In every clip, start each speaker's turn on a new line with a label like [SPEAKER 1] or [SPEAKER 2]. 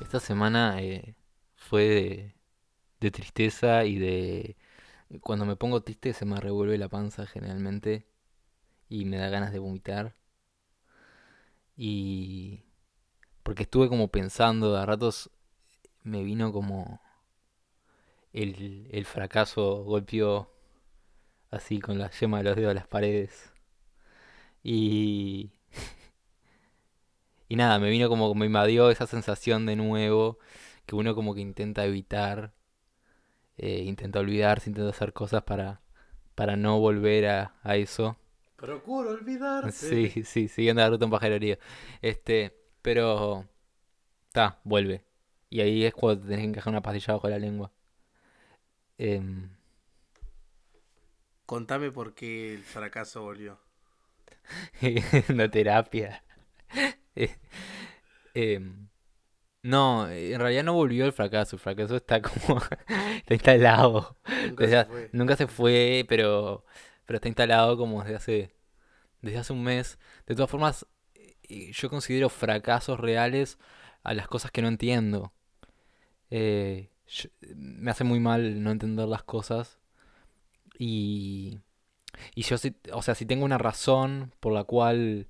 [SPEAKER 1] esta semana eh, fue de, de tristeza y de... Cuando me pongo triste se me revuelve la panza generalmente y me da ganas de vomitar. Y... Porque estuve como pensando, a ratos me vino como... El, el fracaso golpeó así con la yema de los dedos a las paredes. Y... Y nada, me vino como, me invadió esa sensación de nuevo, que uno como que intenta evitar, eh, intenta olvidarse, intenta hacer cosas para, para no volver a, a eso.
[SPEAKER 2] Procuro olvidarte.
[SPEAKER 1] Sí, sí, siguiendo la ruta en pajarería. Este, pero... Ta, vuelve. Y ahí es cuando tenés que encajar una pastilla bajo la lengua. Em,
[SPEAKER 2] Contame por qué el fracaso volvió.
[SPEAKER 1] la terapia. Eh, em, no, en realidad no volvió el fracaso. El fracaso está como. está instalado.
[SPEAKER 2] Nunca
[SPEAKER 1] Desde
[SPEAKER 2] se
[SPEAKER 1] ha-
[SPEAKER 2] fue.
[SPEAKER 1] nunca se fue, pero, pero está instalado como desde hace, desde hace un mes. De todas formas, eh, yo considero fracasos reales a las cosas que no entiendo. Eh, yo- me hace muy mal no entender las cosas. Y, y yo, si- o sea, si tengo una razón por la cual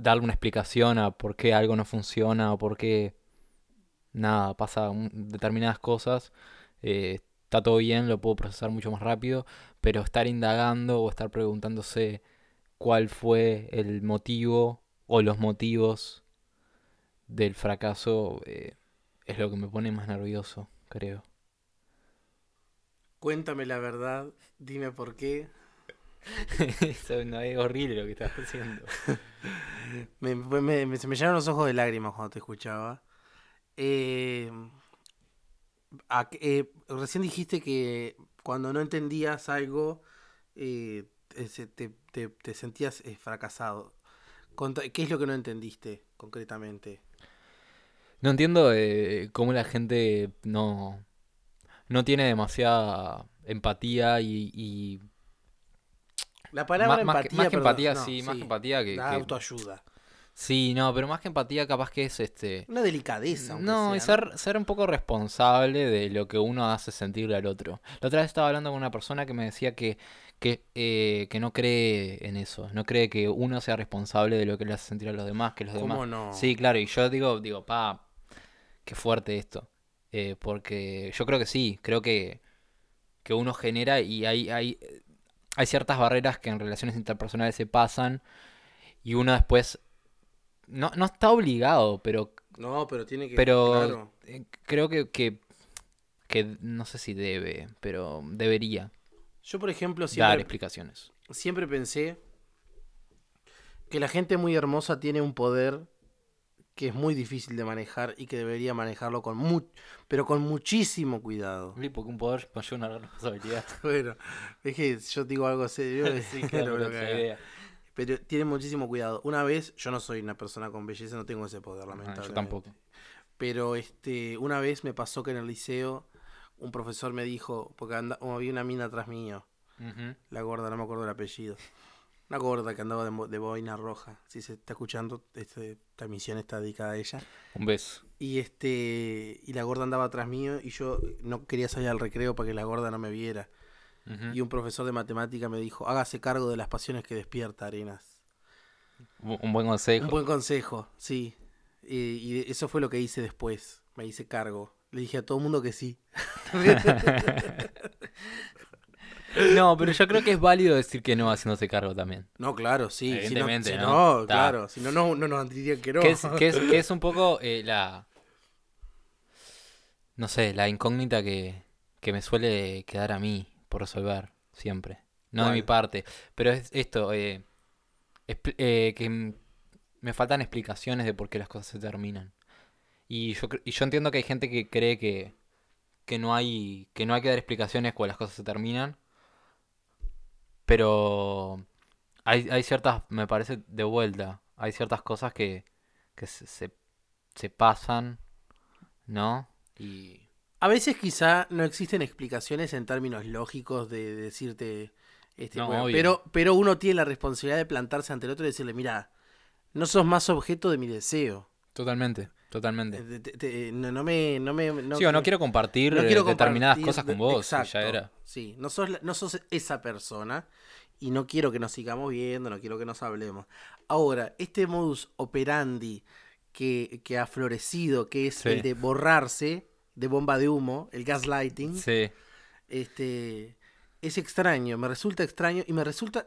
[SPEAKER 1] darle una explicación a por qué algo no funciona o por qué nada, pasa un- determinadas cosas, eh, está todo bien, lo puedo procesar mucho más rápido, pero estar indagando o estar preguntándose cuál fue el motivo o los motivos del fracaso eh, es lo que me pone más nervioso, creo.
[SPEAKER 2] Cuéntame la verdad, dime por qué.
[SPEAKER 1] Eso no, es horrible lo que estás haciendo.
[SPEAKER 2] Me- me- me- se me llenaron los ojos de lágrimas cuando te escuchaba. Eh, a- eh, recién dijiste que cuando no entendías algo eh, te, se- te- te- te sentías eh, fracasado. Conta- ¿Qué es lo que no entendiste concretamente?
[SPEAKER 1] No entiendo eh, cómo la gente no, no tiene demasiada empatía y... y
[SPEAKER 2] La palabra
[SPEAKER 1] más- más que-
[SPEAKER 2] empatía.
[SPEAKER 1] más que
[SPEAKER 2] perdón,
[SPEAKER 1] empatía,
[SPEAKER 2] no,
[SPEAKER 1] sí, más que empatía que-
[SPEAKER 2] la
[SPEAKER 1] que-
[SPEAKER 2] autoayuda.
[SPEAKER 1] Sí, no, pero más que empatía capaz que es este...
[SPEAKER 2] Una delicadeza. aunque
[SPEAKER 1] No, y
[SPEAKER 2] sea,
[SPEAKER 1] ser, ser un poco responsable de lo que uno hace sentirle al otro. La otra vez estaba hablando con una persona que me decía que, que, eh, que no cree en eso, no cree que uno sea responsable de lo que le hace sentir a los demás, que los
[SPEAKER 2] ¿Cómo
[SPEAKER 1] demás...
[SPEAKER 2] no?
[SPEAKER 1] Sí, claro, y yo digo, digo, pa, qué fuerte esto. Eh, porque yo creo que sí, creo que, que uno genera y hay, hay, hay ciertas barreras que en relaciones interpersonales se pasan y uno después... No, no está obligado, pero
[SPEAKER 2] No, pero tiene que.
[SPEAKER 1] pero
[SPEAKER 2] claro.
[SPEAKER 1] eh, creo que, que, que no sé si debe, pero debería
[SPEAKER 2] Yo, por ejemplo,
[SPEAKER 1] dar
[SPEAKER 2] siempre,
[SPEAKER 1] explicaciones.
[SPEAKER 2] siempre pensé que la gente muy hermosa tiene un poder que es muy difícil de manejar y que debería manejarlo con mu pero con muchísimo cuidado.
[SPEAKER 1] porque un poder conlleva una responsabilidad.
[SPEAKER 2] Bueno, es que yo digo algo serio, pero lo que haga.
[SPEAKER 1] Ah,
[SPEAKER 2] pero tiene muchísimo cuidado. Una vez, yo no soy una persona con belleza, no tengo ese poder, lamentablemente.
[SPEAKER 1] yo tampoco.
[SPEAKER 2] Pero este, una vez me pasó que en el liceo un profesor me dijo, porque anda- oh, había una mina atrás mío,
[SPEAKER 1] Ujú.
[SPEAKER 2] La gorda, no me acuerdo el apellido. Una gorda que andaba de, mo- de boina roja. Si se está escuchando, este, esta emisión está dedicada a ella.
[SPEAKER 1] Un beso.
[SPEAKER 2] Y este y la gorda andaba atrás mío y yo no quería salir al recreo para que la gorda no me viera.
[SPEAKER 1] Ujú.
[SPEAKER 2] Y un profesor de matemática me dijo, hágase cargo de las pasiones que despierta, Arenas.
[SPEAKER 1] Bu- Un buen consejo.
[SPEAKER 2] Un buen consejo, sí. Eh, Y, eso fue lo que hice después. Me hice cargo. Le dije a todo el mundo que sí.
[SPEAKER 1] No, pero yo creo que es válido decir que no haciéndose cargo también.
[SPEAKER 2] No, claro, sí. si no-
[SPEAKER 1] Evidentemente,
[SPEAKER 2] si no,
[SPEAKER 1] ¿no? Ta.
[SPEAKER 2] claro. Si no, no, no nos dirían que no.
[SPEAKER 1] Que es, que es- que es un poco eh, la... No sé, la incógnita que, que me suele quedar a mí por resolver siempre. No de mi
[SPEAKER 2] ¿Cuál?
[SPEAKER 1] parte. Pero es esto, eh, expl- eh, que m- me faltan explicaciones de por qué las cosas se terminan. Y yo, cre- y yo entiendo que hay gente que cree que, que, no hay, que no hay que dar explicaciones cuando las cosas se terminan. Pero hay, hay ciertas, me parece, de vuelta. Hay ciertas cosas que, que se, se, se pasan, ¿no? Y...
[SPEAKER 2] A veces quizá no existen explicaciones en términos lógicos de decirte, este,
[SPEAKER 1] No,
[SPEAKER 2] bueno,
[SPEAKER 1] obvio.
[SPEAKER 2] pero, pero uno tiene la responsabilidad de plantarse ante el otro y decirle, mira, no sos más objeto de mi deseo.
[SPEAKER 1] Totalmente. Totalmente.
[SPEAKER 2] Te- te- te- no, no me. No me no,
[SPEAKER 1] sí, o no quiero compartir
[SPEAKER 2] no
[SPEAKER 1] eh,
[SPEAKER 2] quiero
[SPEAKER 1] determinadas
[SPEAKER 2] compartir
[SPEAKER 1] cosas con
[SPEAKER 2] de-
[SPEAKER 1] vos, y
[SPEAKER 2] exacto,
[SPEAKER 1] ya era.
[SPEAKER 2] Sí, no sos, la- no sos esa persona y no quiero que nos sigamos viendo, no quiero que nos hablemos. Ahora, este modus operandi que, que ha florecido, que es
[SPEAKER 1] Sí.
[SPEAKER 2] el de borrarse de bomba de humo, el gaslighting,
[SPEAKER 1] Sí,
[SPEAKER 2] este, es extraño, me resulta extraño y me resulta...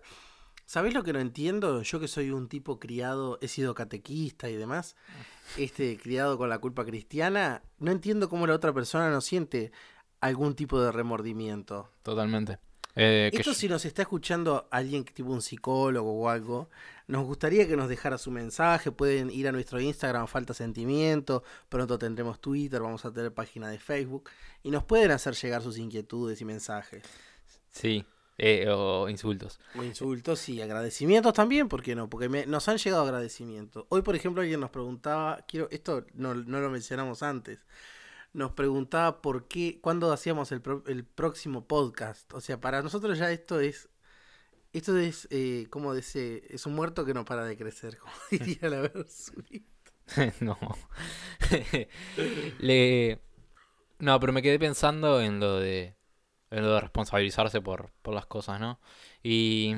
[SPEAKER 2] ¿Sabés lo que no entiendo? Yo que soy un tipo criado, he sido catequista y demás, este, criado con la culpa cristiana, no entiendo cómo la otra persona no siente algún tipo de remordimiento.
[SPEAKER 1] totalmente. Eh, que
[SPEAKER 2] Esto
[SPEAKER 1] yo-
[SPEAKER 2] si nos está escuchando alguien que tipo un psicólogo o algo, nos gustaría que nos dejara su mensaje, pueden ir a nuestro Instagram Falta Sentimiento, pronto tendremos Twitter, vamos a tener página de Facebook y nos pueden hacer llegar sus inquietudes y mensajes,
[SPEAKER 1] Sí, eh, o insultos.
[SPEAKER 2] o insultos y agradecimientos también, ¿por qué no? Porque me- nos han llegado agradecimientos. Hoy, por ejemplo, alguien nos preguntaba, quiero esto no, no lo mencionamos antes. Nos preguntaba por qué, cuándo hacíamos el, pro- el próximo podcast. O sea, para nosotros ya esto es Esto es, eh, como dice, es un muerto que no para de crecer, como diría la Versuit.
[SPEAKER 1] no. Le... No, pero me quedé pensando en lo de, en lo de responsabilizarse por, por las cosas, ¿no? Y...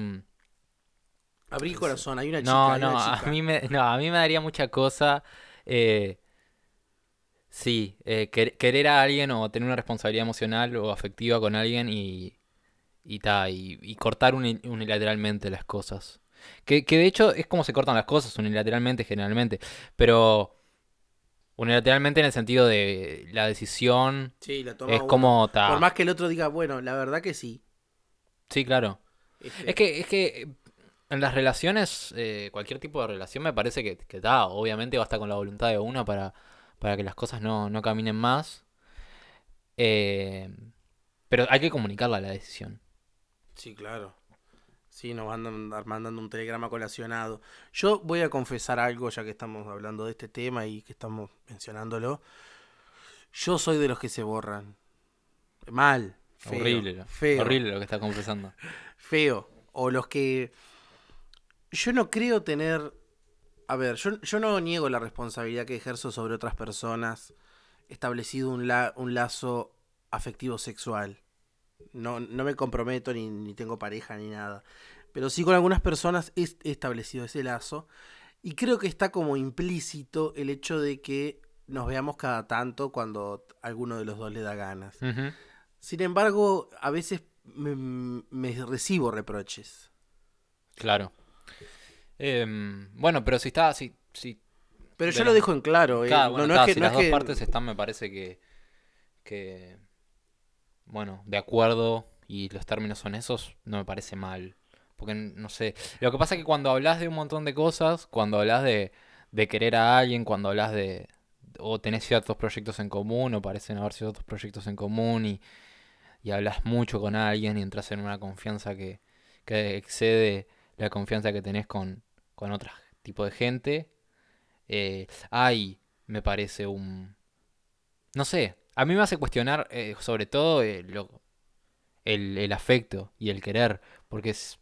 [SPEAKER 2] Abrí el corazón, hay una chica.
[SPEAKER 1] No,
[SPEAKER 2] hay
[SPEAKER 1] no,
[SPEAKER 2] una
[SPEAKER 1] a
[SPEAKER 2] chica.
[SPEAKER 1] mí me, no, a mí me daría mucha cosa. eh, sí, eh, quer- querer a alguien o tener una responsabilidad emocional o afectiva con alguien y, y, ta, y, y cortar uni- unilateralmente las cosas. Que, que de hecho es como se cortan las cosas unilateralmente, generalmente. Pero unilateralmente en el sentido de la decisión
[SPEAKER 2] Sí, la toma
[SPEAKER 1] es
[SPEAKER 2] uno.
[SPEAKER 1] como ta.
[SPEAKER 2] Por más que el otro diga, bueno, la verdad que sí.
[SPEAKER 1] Sí, claro.
[SPEAKER 2] Este,
[SPEAKER 1] Es que, es que eh, en las relaciones, eh, cualquier tipo de relación me parece que, que da, obviamente basta con la voluntad de uno para, para que las cosas no, no caminen más. Eh, pero hay que comunicarla la decisión.
[SPEAKER 2] Sí, claro. Sí, nos van a andar mandando un telegrama colacionado. Yo voy a confesar algo, ya que estamos hablando de este tema y que estamos mencionándolo. Yo soy de los que se borran. Mal. Feo,
[SPEAKER 1] horrible, lo-
[SPEAKER 2] Feo.
[SPEAKER 1] horrible lo que está confesando.
[SPEAKER 2] feo. O los que. Yo no creo tener. A ver, yo, yo no niego la responsabilidad que ejerzo sobre otras personas establecido un, la- un lazo afectivo sexual. No, no me comprometo ni, ni tengo pareja ni nada. Pero sí con algunas personas es- he establecido ese lazo. Y creo que está como implícito el hecho de que nos veamos cada tanto cuando alguno de los dos le da ganas.
[SPEAKER 1] Ujú.
[SPEAKER 2] Sin embargo, a veces me, me recibo reproches.
[SPEAKER 1] Claro. Em, bueno, pero si está, si, si
[SPEAKER 2] Pero yo
[SPEAKER 1] De
[SPEAKER 2] lo
[SPEAKER 1] las-
[SPEAKER 2] dejo en claro. eh.
[SPEAKER 1] Claro,
[SPEAKER 2] No-
[SPEAKER 1] bueno,
[SPEAKER 2] no,
[SPEAKER 1] está,
[SPEAKER 2] es
[SPEAKER 1] si
[SPEAKER 2] que, no
[SPEAKER 1] las
[SPEAKER 2] es
[SPEAKER 1] dos
[SPEAKER 2] que-
[SPEAKER 1] partes están, me parece que, que, bueno, de acuerdo y los términos son esos, no me parece mal. Porque, no sé, lo que pasa es que cuando hablas de un montón de cosas, cuando hablas de, de querer a alguien, cuando hablas de, o tenés ciertos proyectos en común, o parecen haber ciertos proyectos en común, y, y hablas mucho con alguien y entras en una confianza que, que excede la confianza que tenés con, con otro tipo de gente, eh, hay, me parece un... No sé, a mí me hace cuestionar eh, sobre todo eh, lo- el, el afecto y el querer, porque es-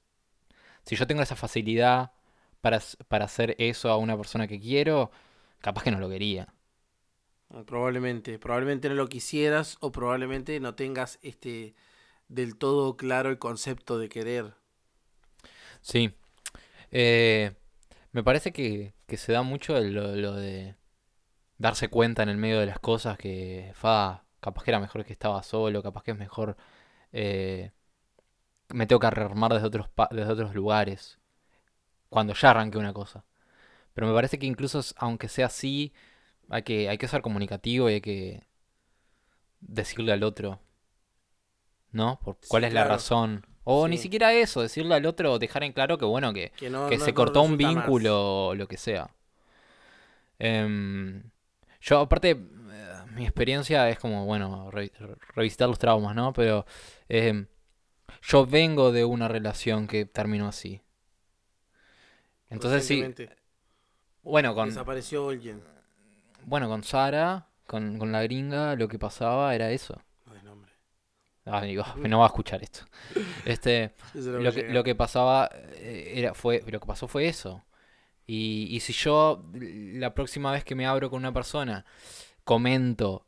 [SPEAKER 1] si yo tengo esa facilidad para, s- para hacer eso a una persona que quiero, capaz que no lo quería.
[SPEAKER 2] Ah, Probablemente, probablemente no lo quisieras o probablemente no tengas este del todo claro el concepto de querer.
[SPEAKER 1] Sí. Eh, me parece que, que se da mucho el- lo, lo de darse cuenta en el medio de las cosas que, fa, capaz que era mejor que estaba solo, capaz que es mejor... eh, me tengo que armar desde otros, pa- desde otros lugares, cuando ya arranqué una cosa. Pero me parece que incluso, s- aunque sea así, hay que, hay que ser comunicativo y hay que decirle al otro, ¿no? Por, ¿Cuál
[SPEAKER 2] Sí,
[SPEAKER 1] es la
[SPEAKER 2] claro.
[SPEAKER 1] razón? O ni
[SPEAKER 2] Sí.
[SPEAKER 1] siquiera eso, decirle al otro, dejar en claro que bueno, que,
[SPEAKER 2] Que, no,
[SPEAKER 1] que
[SPEAKER 2] no-
[SPEAKER 1] se
[SPEAKER 2] no
[SPEAKER 1] cortó un
[SPEAKER 2] resulta más.
[SPEAKER 1] vínculo o lo que sea. Em, yo, aparte, eh, mi experiencia es como, bueno, re- re- revisitar los traumas, ¿no? Pero em, yo vengo de una relación que terminó así. Entonces sí,
[SPEAKER 2] Recientemente
[SPEAKER 1] bueno, con,
[SPEAKER 2] Desapareció alguien.
[SPEAKER 1] bueno, con Sara, con, con la gringa, lo que pasaba era eso.
[SPEAKER 2] Ay, no, hombre.
[SPEAKER 1] Ah, digo,
[SPEAKER 2] Mm.
[SPEAKER 1] no va a escuchar esto. Este,
[SPEAKER 2] Eso no me
[SPEAKER 1] lo que,
[SPEAKER 2] llega.
[SPEAKER 1] lo que pasaba eh, era fue lo que pasó fue eso y, Y, y si yo la próxima vez que me abro con una persona comento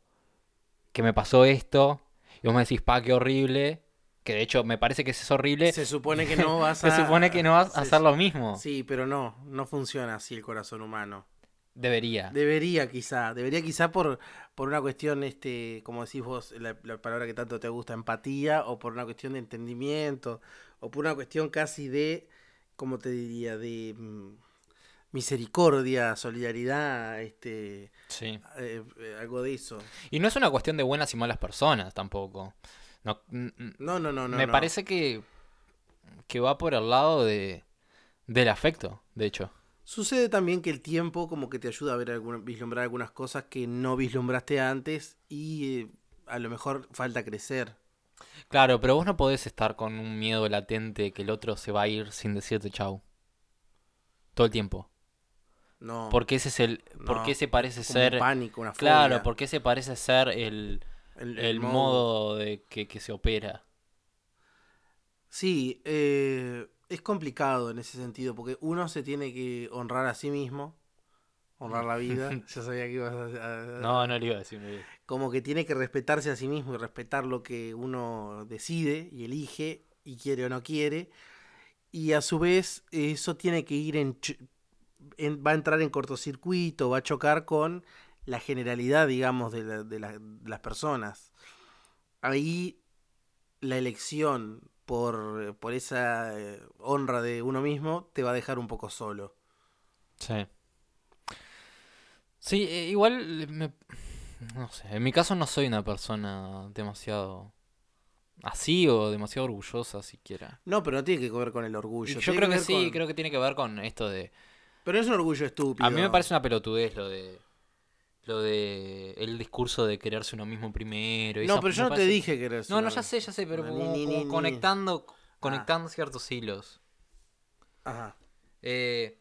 [SPEAKER 1] que me pasó esto, y vos me decís, pa, qué horrible, que de hecho me parece que es horrible,
[SPEAKER 2] Se supone que no vas
[SPEAKER 1] se
[SPEAKER 2] a.
[SPEAKER 1] supone que no vas a
[SPEAKER 2] se-
[SPEAKER 1] hacer lo mismo.
[SPEAKER 2] Sí, pero no, no funciona así el corazón humano.
[SPEAKER 1] Debería.
[SPEAKER 2] Debería quizá, debería quizá por, por una cuestión, este, como decís vos, la, la palabra que tanto te gusta, empatía, o por una cuestión de entendimiento, o por una cuestión casi de, como te diría, de mm, misericordia, solidaridad, este,
[SPEAKER 1] Sí.
[SPEAKER 2] eh, eh, algo de eso.
[SPEAKER 1] Y no es una cuestión de buenas y malas personas tampoco. No, n- n-
[SPEAKER 2] No, no, no, no.
[SPEAKER 1] me
[SPEAKER 2] no.
[SPEAKER 1] parece que, que va por el lado de, del afecto, de hecho.
[SPEAKER 2] Sucede también que el tiempo como que te ayuda a ver algún- vislumbrar algunas cosas que no vislumbraste antes y eh, a lo mejor falta crecer.
[SPEAKER 1] Claro, pero vos no podés estar con un miedo latente que el otro se va a ir sin decirte chau. Todo el tiempo.
[SPEAKER 2] No.
[SPEAKER 1] Porque ese es el.
[SPEAKER 2] No,
[SPEAKER 1] Porque ese parece
[SPEAKER 2] como un
[SPEAKER 1] ser.
[SPEAKER 2] pánico, una fobia.
[SPEAKER 1] Claro, porque ese parece ser el,
[SPEAKER 2] El,
[SPEAKER 1] el modo de que, que se opera.
[SPEAKER 2] Sí, eh, es complicado en ese sentido, porque uno se tiene que honrar a sí mismo, honrar la vida. Yo sabía que ibas a, a-
[SPEAKER 1] No, no le iba a decir. no le iba a decir.
[SPEAKER 2] Como que tiene que respetarse a sí mismo y respetar lo que uno decide y elige, y quiere o no quiere. Y a su vez, eso tiene que ir en. ch- en- va a entrar en cortocircuito, va a chocar con la generalidad, digamos, de, la- de la- de las personas. Ahí la elección por, por esa eh, honra de uno mismo te va a dejar un poco solo.
[SPEAKER 1] Sí. Sí, eh, igual. eh, me- No sé. En mi caso no soy una persona demasiado. Así o demasiado orgullosa siquiera.
[SPEAKER 2] No, pero no tiene que ver con el
[SPEAKER 1] Y
[SPEAKER 2] orgullo.
[SPEAKER 1] Yo,
[SPEAKER 2] tiene
[SPEAKER 1] creo que
[SPEAKER 2] ver
[SPEAKER 1] sí,
[SPEAKER 2] con-
[SPEAKER 1] creo que tiene que ver con esto de.
[SPEAKER 2] Pero es un orgullo estúpido.
[SPEAKER 1] A mí me parece una pelotudez lo de. Lo de. El discurso de quererse uno mismo primero. y
[SPEAKER 2] No,
[SPEAKER 1] esas-
[SPEAKER 2] pero yo
[SPEAKER 1] me
[SPEAKER 2] no te
[SPEAKER 1] parece-
[SPEAKER 2] dije que eres
[SPEAKER 1] No, no,
[SPEAKER 2] una-
[SPEAKER 1] ya sé, ya sé, pero
[SPEAKER 2] Ni,
[SPEAKER 1] como,
[SPEAKER 2] ni,
[SPEAKER 1] como
[SPEAKER 2] ni, Ah. ni.
[SPEAKER 1] conectando, conectando ciertos hilos.
[SPEAKER 2] Ajá.
[SPEAKER 1] Eh,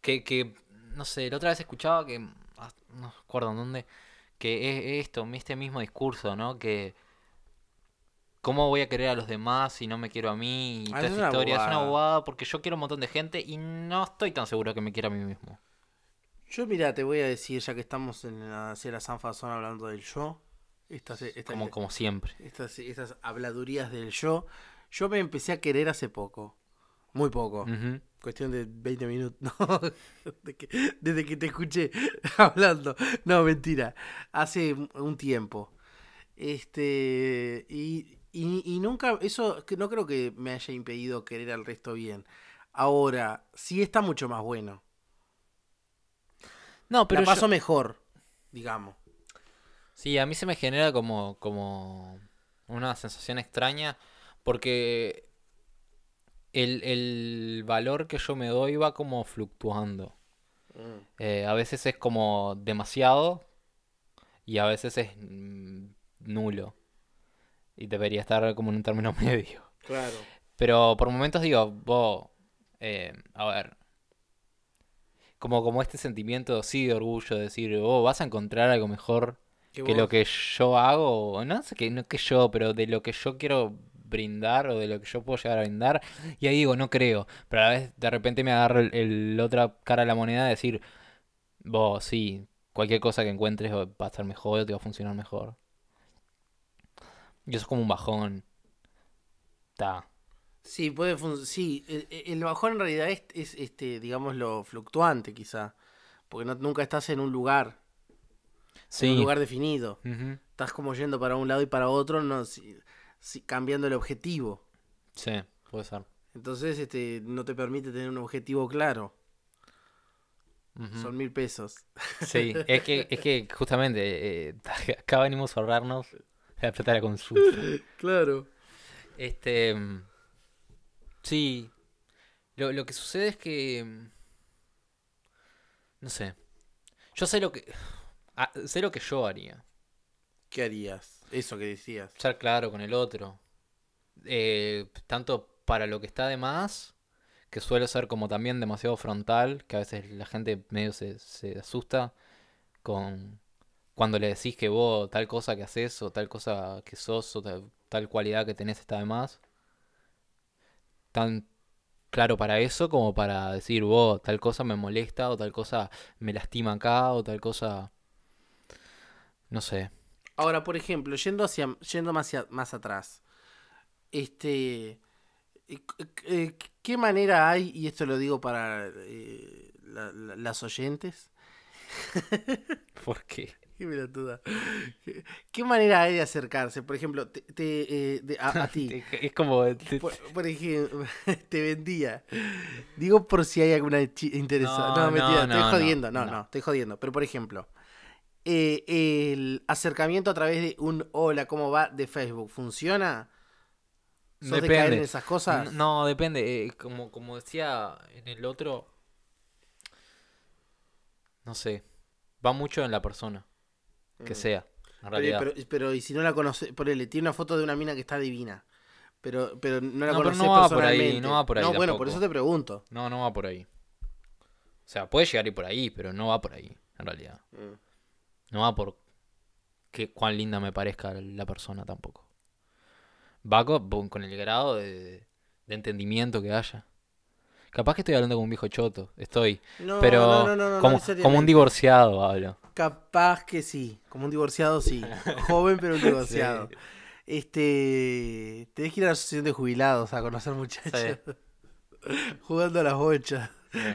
[SPEAKER 1] que, que, no sé, la otra vez escuchaba que, ah, no recuerdo en dónde, que es esto, este mismo discurso, ¿no? Que, ¿cómo voy a querer a los demás si no me quiero a mí? Y
[SPEAKER 2] Ah,
[SPEAKER 1] toda
[SPEAKER 2] eso es
[SPEAKER 1] esa
[SPEAKER 2] una
[SPEAKER 1] historia es una
[SPEAKER 2] bobada.
[SPEAKER 1] bobada porque yo quiero un montón de gente y no estoy tan seguro que me quiera a mí mismo.
[SPEAKER 2] Yo, mira, te voy a decir, ya que estamos en la, hacia la Sanfazón hablando del yo, estas, estas-
[SPEAKER 1] Como, como siempre.
[SPEAKER 2] estas- estas habladurías del yo, yo me empecé a querer hace poco. Muy poco.
[SPEAKER 1] Ujú.
[SPEAKER 2] Cuestión de 20 minutos. No, desde, que, desde que te escuché hablando. No, mentira. Hace un tiempo. Este. Y, y- y nunca. Eso que no creo que me haya impedido querer al resto bien. Ahora, sí está mucho más bueno.
[SPEAKER 1] No, pero
[SPEAKER 2] La
[SPEAKER 1] yo-
[SPEAKER 2] paso mejor, digamos.
[SPEAKER 1] Sí, a mí se me genera como, como una sensación extraña porque el, el valor que yo me doy va como fluctuando. Eh, a veces es como demasiado y a veces es mm, nulo. Y debería estar como en un término medio.
[SPEAKER 2] Claro.
[SPEAKER 1] Pero por momentos digo, vos, eh, a ver, como, como este sentimiento, sí, de orgullo, de decir, oh, vas a encontrar algo mejor que lo que yo hago, o no sé que no que yo, pero de lo que yo quiero brindar o de lo que yo puedo llegar a brindar, y ahí digo, no creo, pero a la vez de repente me agarro el, el otra cara de la moneda de decir, vos, sí, cualquier cosa que encuentres va a estar mejor, te va a funcionar mejor. Y eso es como un bajón. Ta.
[SPEAKER 2] Sí, puede fun- sí, el, el bajón en realidad es, es, este, digamos, lo fluctuante quizá, porque no, nunca estás en un lugar, en
[SPEAKER 1] Sí.
[SPEAKER 2] un lugar definido.
[SPEAKER 1] Ujú.
[SPEAKER 2] Estás como yendo para un lado y para otro, no, si- si- cambiando el objetivo.
[SPEAKER 1] Sí, puede ser.
[SPEAKER 2] Entonces, este, no te permite tener un objetivo claro.
[SPEAKER 1] Ujú.
[SPEAKER 2] Son mil pesos.
[SPEAKER 1] Sí, es que, es que justamente eh, acá venimos a ahorrarnos la plata de la consulta.
[SPEAKER 2] Claro.
[SPEAKER 1] Este. mm, Sí. Lo, lo que sucede es que. mm, No sé. Yo sé lo que. ah, sé lo que yo haría.
[SPEAKER 2] ¿Qué harías? Eso que decías.
[SPEAKER 1] Ser claro con el otro. Eh, tanto para lo que está de más, que suele ser como también demasiado frontal, que a veces la gente medio se, se asusta con. Cuando le decís que vos tal cosa que haces o tal cosa que sos o tal, tal cualidad que tenés está de más. Tan, claro para eso como para decir, vos, tal cosa me molesta o tal cosa me lastima acá o tal cosa... No sé.
[SPEAKER 2] Ahora, por ejemplo, yendo hacia, yendo más, hacia- más atrás, este, eh, eh, ¿qué manera hay, y esto lo digo para eh, la- la- las oyentes,
[SPEAKER 1] ¿Por qué?
[SPEAKER 2] Qué pelotuda. ¿Qué- ¿Qué manera hay de acercarse? Por ejemplo, te, te, eh, de- a, a ti.
[SPEAKER 1] Es como... eh, te-
[SPEAKER 2] Por, por ejemplo, te vendía. Digo por si hay alguna chi- interesada.
[SPEAKER 1] No,
[SPEAKER 2] No, mentira,
[SPEAKER 1] no,
[SPEAKER 2] estoy
[SPEAKER 1] no,
[SPEAKER 2] jodiendo. No,
[SPEAKER 1] no.
[SPEAKER 2] no, estoy jodiendo. Pero por ejemplo, eh, el acercamiento a través de un hola, ¿cómo va? de Facebook, ¿funciona? ¿Sos de caer en
[SPEAKER 1] Depende.
[SPEAKER 2] esas cosas?
[SPEAKER 1] N- No, depende. eh, como, como decía en el otro. No sé. Va mucho en la persona. Que
[SPEAKER 2] Mm.
[SPEAKER 1] sea. En
[SPEAKER 2] Pero,
[SPEAKER 1] realidad.
[SPEAKER 2] pero- pero, y si no la conoces, ponele, tiene una foto de una mina que está divina. Pero, pero no la
[SPEAKER 1] No, pero
[SPEAKER 2] conoces
[SPEAKER 1] no va por ahí,
[SPEAKER 2] personalmente.
[SPEAKER 1] no va por ahí
[SPEAKER 2] No, bueno, por
[SPEAKER 1] tampoco.
[SPEAKER 2] eso te pregunto.
[SPEAKER 1] No, no va por ahí. O sea, puede llegar y por ahí, pero no va por ahí. En realidad. No va por que, cuán linda me parezca la persona tampoco. Va co- con, con el grado de, de entendimiento que haya. Capaz que estoy hablando como un viejo choto. Estoy.
[SPEAKER 2] No,
[SPEAKER 1] pero
[SPEAKER 2] no, no, no, no,
[SPEAKER 1] como,
[SPEAKER 2] necesariamente.
[SPEAKER 1] como un divorciado hablo.
[SPEAKER 2] Capaz que sí. Como un divorciado, sí. Joven, pero un divorciado.
[SPEAKER 1] Sí.
[SPEAKER 2] Este. Tenés que ir a la asociación de jubilados a conocer muchachos. Jugando a las bochas.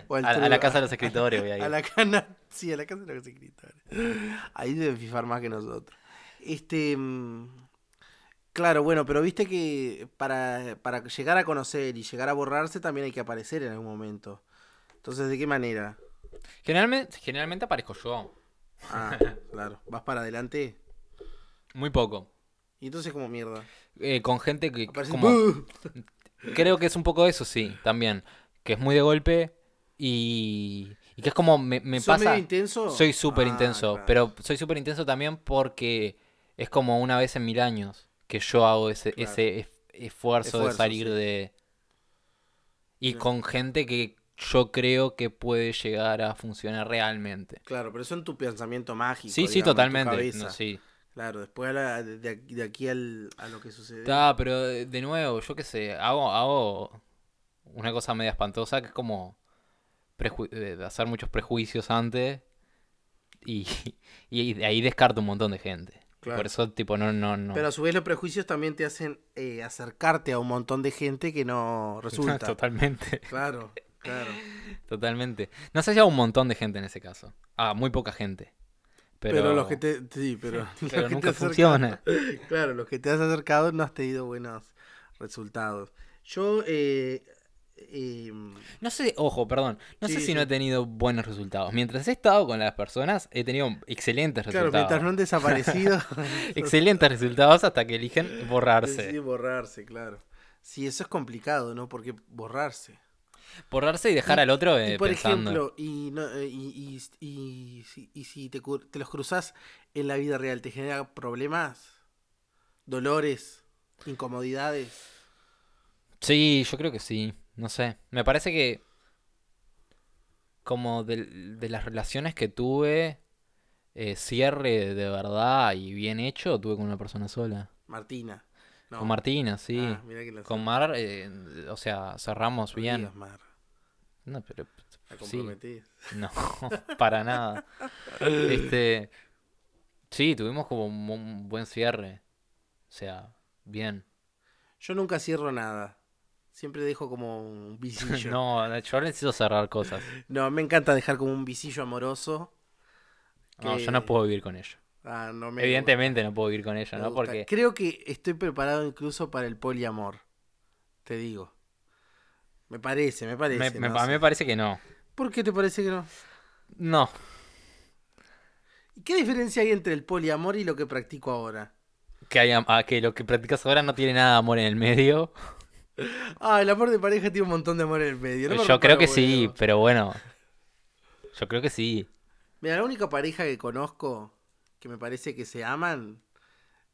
[SPEAKER 2] O
[SPEAKER 1] A,
[SPEAKER 2] al
[SPEAKER 1] a
[SPEAKER 2] truco.
[SPEAKER 1] la casa de los escritores voy a ir.
[SPEAKER 2] A la cana. Sí, a la casa de los escritores. Ahí deben fifar más que nosotros. Este. mm, Claro, bueno, pero viste que para, para llegar a conocer y llegar a borrarse también hay que aparecer en algún momento. Entonces, ¿de qué manera?
[SPEAKER 1] Generalmente, generalmente aparezco yo.
[SPEAKER 2] Ah, claro. ¿Vas para adelante?
[SPEAKER 1] Muy poco.
[SPEAKER 2] Y entonces como mierda.
[SPEAKER 1] Eh, con gente que
[SPEAKER 2] Aparece
[SPEAKER 1] como-
[SPEAKER 2] ¡Buh!
[SPEAKER 1] creo que es un poco eso, sí, también. Que es muy de golpe y, y que es como me, me
[SPEAKER 2] ¿Sos medio
[SPEAKER 1] pasa.
[SPEAKER 2] intenso?
[SPEAKER 1] Soy súper
[SPEAKER 2] Ah,
[SPEAKER 1] intenso,
[SPEAKER 2] claro.
[SPEAKER 1] pero soy súper intenso también porque es como una vez en mil años que yo hago ese,
[SPEAKER 2] Claro.
[SPEAKER 1] ese es- esfuerzo, de
[SPEAKER 2] Esfuerzo,
[SPEAKER 1] salir
[SPEAKER 2] sí.
[SPEAKER 1] de... Y
[SPEAKER 2] Claro.
[SPEAKER 1] con gente que yo creo que puede llegar a funcionar realmente.
[SPEAKER 2] Claro, pero eso en tu pensamiento mágico.
[SPEAKER 1] Sí, sí,
[SPEAKER 2] digamos, en tu
[SPEAKER 1] totalmente.
[SPEAKER 2] cabeza.
[SPEAKER 1] No, sí.
[SPEAKER 2] Claro, después a la- de, de aquí al, a lo que sucede.
[SPEAKER 1] Ta, pero de de nuevo, yo qué sé, hago, hago una cosa media espantosa que es como preju- eh, hacer muchos prejuicios antes y, y de ahí descarto un montón de gente.
[SPEAKER 2] Claro.
[SPEAKER 1] Por eso, tipo, no, no, no.
[SPEAKER 2] Pero a su vez los prejuicios también te hacen eh, acercarte a un montón de gente que no resulta.
[SPEAKER 1] Totalmente,
[SPEAKER 2] claro, claro.
[SPEAKER 1] totalmente. No sé si hago un montón de gente en ese caso. Ah, muy poca gente. Pero,
[SPEAKER 2] Pero, los que te... Sí, pero... los
[SPEAKER 1] pero
[SPEAKER 2] que te
[SPEAKER 1] nunca
[SPEAKER 2] acercan-
[SPEAKER 1] funciona.
[SPEAKER 2] Claro, los que te has acercado no has tenido buenos resultados. Yo... eh, em,
[SPEAKER 1] No sé, ojo, perdón. No sé
[SPEAKER 2] Sí,
[SPEAKER 1] si
[SPEAKER 2] sí.
[SPEAKER 1] no he tenido buenos resultados. Mientras he estado con las personas, he tenido excelentes
[SPEAKER 2] claro,
[SPEAKER 1] resultados.
[SPEAKER 2] mientras no han desaparecido...
[SPEAKER 1] Excelentes resultados hasta que eligen
[SPEAKER 2] Sí,
[SPEAKER 1] borrarse.
[SPEAKER 2] borrarse, claro. Sí, eso es complicado, ¿no? Porque borrarse.
[SPEAKER 1] Borrarse y dejar al otro
[SPEAKER 2] Y
[SPEAKER 1] eh,
[SPEAKER 2] por
[SPEAKER 1] pensando.
[SPEAKER 2] ejemplo, y, no- eh, y, y- y si- y si te, cu- te los cruzas en la vida real, ¿te genera problemas? ¿Dolores? ¿Incomodidades?
[SPEAKER 1] Sí, yo creo que sí. No sé. Me parece que. Como del- de, las relaciones que tuve, eh, cierre de verdad y bien hecho, tuve con una persona sola.
[SPEAKER 2] Martina. No.
[SPEAKER 1] Con Martina, sí.
[SPEAKER 2] Ah, mirá que la-
[SPEAKER 1] con Mar, eh, o sea, cerramos
[SPEAKER 2] no
[SPEAKER 1] bien.
[SPEAKER 2] digas, Mar,
[SPEAKER 1] No, pero.
[SPEAKER 2] la
[SPEAKER 1] sí.
[SPEAKER 2] comprometí.
[SPEAKER 1] No, para nada. Este, sí, tuvimos como un bu- un buen cierre. O sea, bien.
[SPEAKER 2] Yo nunca cierro nada. Siempre dejo como un visillo. no.
[SPEAKER 1] No, yo necesito cerrar cosas.
[SPEAKER 2] me encanta dejar como un visillo amoroso.
[SPEAKER 1] No,
[SPEAKER 2] que-
[SPEAKER 1] yo no puedo vivir con ello.
[SPEAKER 2] Ah, no me
[SPEAKER 1] Evidentemente no puedo vivir con ello,
[SPEAKER 2] Me
[SPEAKER 1] ¿no?
[SPEAKER 2] gusta.
[SPEAKER 1] Porque
[SPEAKER 2] Creo que estoy preparado incluso para el poliamor. Te digo. Me parece, me
[SPEAKER 1] me,
[SPEAKER 2] parece.
[SPEAKER 1] me-
[SPEAKER 2] no
[SPEAKER 1] a mí
[SPEAKER 2] sé.
[SPEAKER 1] me parece que no.
[SPEAKER 2] ¿Por qué te parece que no?
[SPEAKER 1] No,
[SPEAKER 2] ¿Y ¿Qué diferencia hay entre el poliamor y lo que practico ahora?
[SPEAKER 1] que, haya, ah, que lo que practicas ahora no tiene nada de amor en el medio.
[SPEAKER 2] Ah, el amor de pareja tiene un montón de amor en el medio. no me
[SPEAKER 1] yo creo
[SPEAKER 2] rompa
[SPEAKER 1] que
[SPEAKER 2] los
[SPEAKER 1] sí,
[SPEAKER 2] huevos.
[SPEAKER 1] pero bueno. Yo creo que sí.
[SPEAKER 2] Mira, la única pareja que conozco que me parece que se aman,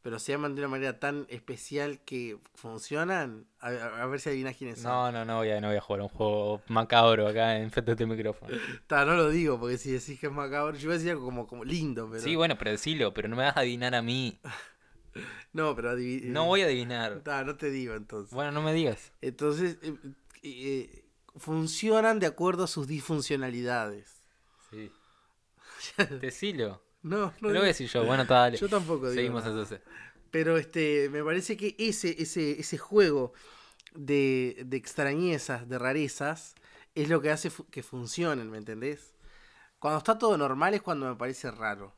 [SPEAKER 2] pero se aman de una manera tan especial que funcionan. A, a- a ver si adivinas quiénes son.
[SPEAKER 1] No, no, no voy, a, no voy a jugar un juego macabro acá enfrente de tu micrófono.
[SPEAKER 2] Ta, no lo digo, porque si decís que es macabro, yo iba a decir algo como, como lindo, pero.
[SPEAKER 1] Sí, bueno, pero decilo, pero no me vas a adivinar a mí.
[SPEAKER 2] No, pero adivi-
[SPEAKER 1] No voy a adivinar.
[SPEAKER 2] Ta, no te digo entonces.
[SPEAKER 1] Bueno, no me digas.
[SPEAKER 2] Entonces, eh, eh, funcionan de acuerdo a sus disfuncionalidades.
[SPEAKER 1] Sí. Tecilo.
[SPEAKER 2] No,
[SPEAKER 1] No lo
[SPEAKER 2] no.
[SPEAKER 1] voy a
[SPEAKER 2] digo-
[SPEAKER 1] decir yo. Bueno, está, dale.
[SPEAKER 2] Yo tampoco digo.
[SPEAKER 1] Seguimos
[SPEAKER 2] nada.
[SPEAKER 1] entonces.
[SPEAKER 2] Pero este, me parece que ese, ese, ese juego de, de extrañezas, de rarezas, es lo que hace fu- que funcionen, ¿me entendés? Cuando está todo normal es cuando me parece raro.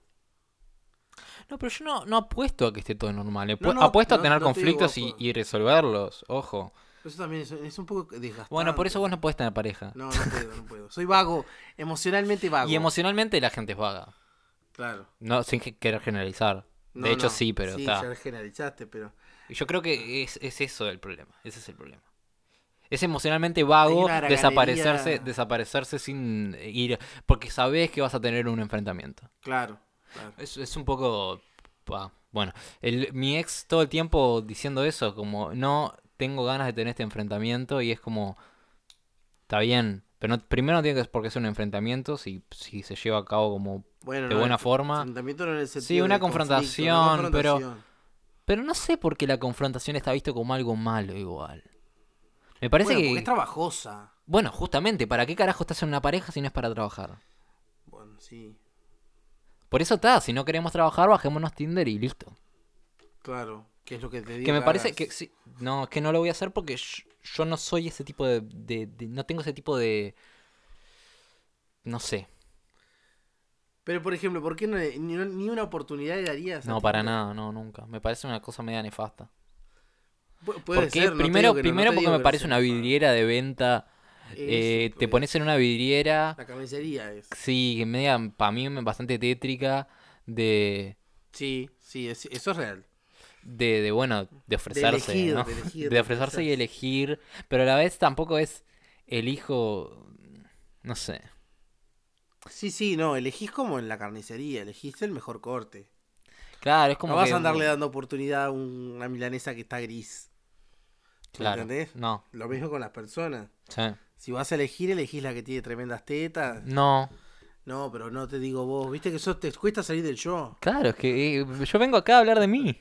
[SPEAKER 1] No, pero yo no, no apuesto a que esté todo normal. Apu-
[SPEAKER 2] No, no,
[SPEAKER 1] apuesto a
[SPEAKER 2] no-
[SPEAKER 1] tener
[SPEAKER 2] no te digo
[SPEAKER 1] conflictos y,
[SPEAKER 2] apu-
[SPEAKER 1] y resolverlos. Ojo.
[SPEAKER 2] Eso también es, es un poco desgastante.
[SPEAKER 1] Bueno, por eso vos no podés tener pareja.
[SPEAKER 2] Ah, No, no puedo, no puedo. Soy vago, emocionalmente vago.
[SPEAKER 1] Y emocionalmente la gente es vaga.
[SPEAKER 2] Claro.
[SPEAKER 1] No, sin que- querer generalizar.
[SPEAKER 2] No,
[SPEAKER 1] de hecho,
[SPEAKER 2] no.
[SPEAKER 1] sí, pero
[SPEAKER 2] Sí,
[SPEAKER 1] está.
[SPEAKER 2] ya generalizaste, pero.
[SPEAKER 1] Y Yo creo que es, es eso el problema. Ese es el problema. Es emocionalmente
[SPEAKER 2] Hay
[SPEAKER 1] vago
[SPEAKER 2] una haraganería.
[SPEAKER 1] desaparecerse, desaparecerse sin ir. Porque sabés que vas a tener un enfrentamiento.
[SPEAKER 2] Claro. claro.
[SPEAKER 1] Es, es un poco. pa, bueno, el- mi ex todo el tiempo diciendo eso, como no tengo ganas de tener este enfrentamiento. Y es como. Está bien. Pero no- primero no tiene que por qué ser un enfrentamiento. Si, si se lleva a cabo como
[SPEAKER 2] Bueno,
[SPEAKER 1] de
[SPEAKER 2] no,
[SPEAKER 1] buena
[SPEAKER 2] el
[SPEAKER 1] forma.
[SPEAKER 2] enfrentamiento no en el
[SPEAKER 1] Sí,
[SPEAKER 2] sentido
[SPEAKER 1] una
[SPEAKER 2] de conflicto, no
[SPEAKER 1] confrontación, pero-
[SPEAKER 2] confrontación.
[SPEAKER 1] Pero no sé por qué la confrontación está visto como algo malo igual. Me parece
[SPEAKER 2] Bueno,
[SPEAKER 1] que...
[SPEAKER 2] porque es trabajosa.
[SPEAKER 1] Bueno, justamente, ¿para qué carajo estás en una pareja si no es para trabajar?
[SPEAKER 2] Bueno, sí.
[SPEAKER 1] Por eso está, si no queremos trabajar, bajémonos Tinder y listo.
[SPEAKER 2] Claro, que es lo que te digo.
[SPEAKER 1] Que me parece
[SPEAKER 2] hagas.
[SPEAKER 1] que sí. No, es que no lo voy a hacer porque sh- yo no soy ese tipo de, de- de- No tengo ese tipo de. No sé.
[SPEAKER 2] Pero, por ejemplo, ¿por qué no le- ni, ni una oportunidad le darías? a
[SPEAKER 1] No,
[SPEAKER 2] ti?
[SPEAKER 1] para nada, no, nunca. Me parece una cosa media nefasta.
[SPEAKER 2] Pu- puede
[SPEAKER 1] Porque
[SPEAKER 2] ser, no te
[SPEAKER 1] primero,
[SPEAKER 2] digo que no,
[SPEAKER 1] primero
[SPEAKER 2] no te
[SPEAKER 1] porque
[SPEAKER 2] digo
[SPEAKER 1] me
[SPEAKER 2] que
[SPEAKER 1] parece
[SPEAKER 2] no
[SPEAKER 1] una
[SPEAKER 2] sea,
[SPEAKER 1] vidriera de venta.
[SPEAKER 2] eso
[SPEAKER 1] eh, te
[SPEAKER 2] puede
[SPEAKER 1] pones en una vidriera.
[SPEAKER 2] ser. La carnicería es.
[SPEAKER 1] Sí, media, para mí bastante tétrica de,
[SPEAKER 2] Sí, sí, es- eso es real.
[SPEAKER 1] de, de, bueno, de ofrecerse,
[SPEAKER 2] elegir,
[SPEAKER 1] ¿no?
[SPEAKER 2] de elegir,
[SPEAKER 1] de
[SPEAKER 2] de
[SPEAKER 1] ofrecerse y
[SPEAKER 2] ofrecerse.
[SPEAKER 1] elegir, pero a la vez tampoco es elijo, no sé.
[SPEAKER 2] Sí, sí, no, elegís como en la carnicería, elegiste el mejor corte.
[SPEAKER 1] Claro, es como
[SPEAKER 2] no vas
[SPEAKER 1] que-
[SPEAKER 2] a andarle dando oportunidad a una milanesa que está gris. ¿Me
[SPEAKER 1] Claro,
[SPEAKER 2] entendés?
[SPEAKER 1] no,
[SPEAKER 2] Lo mismo con las personas.
[SPEAKER 1] sí.
[SPEAKER 2] Si vas a elegir, elegís la que tiene tremendas tetas.
[SPEAKER 1] no,
[SPEAKER 2] No, pero no te digo vos, viste que eso te cuesta salir del yo.
[SPEAKER 1] claro, es que eh, yo vengo acá a hablar de mí.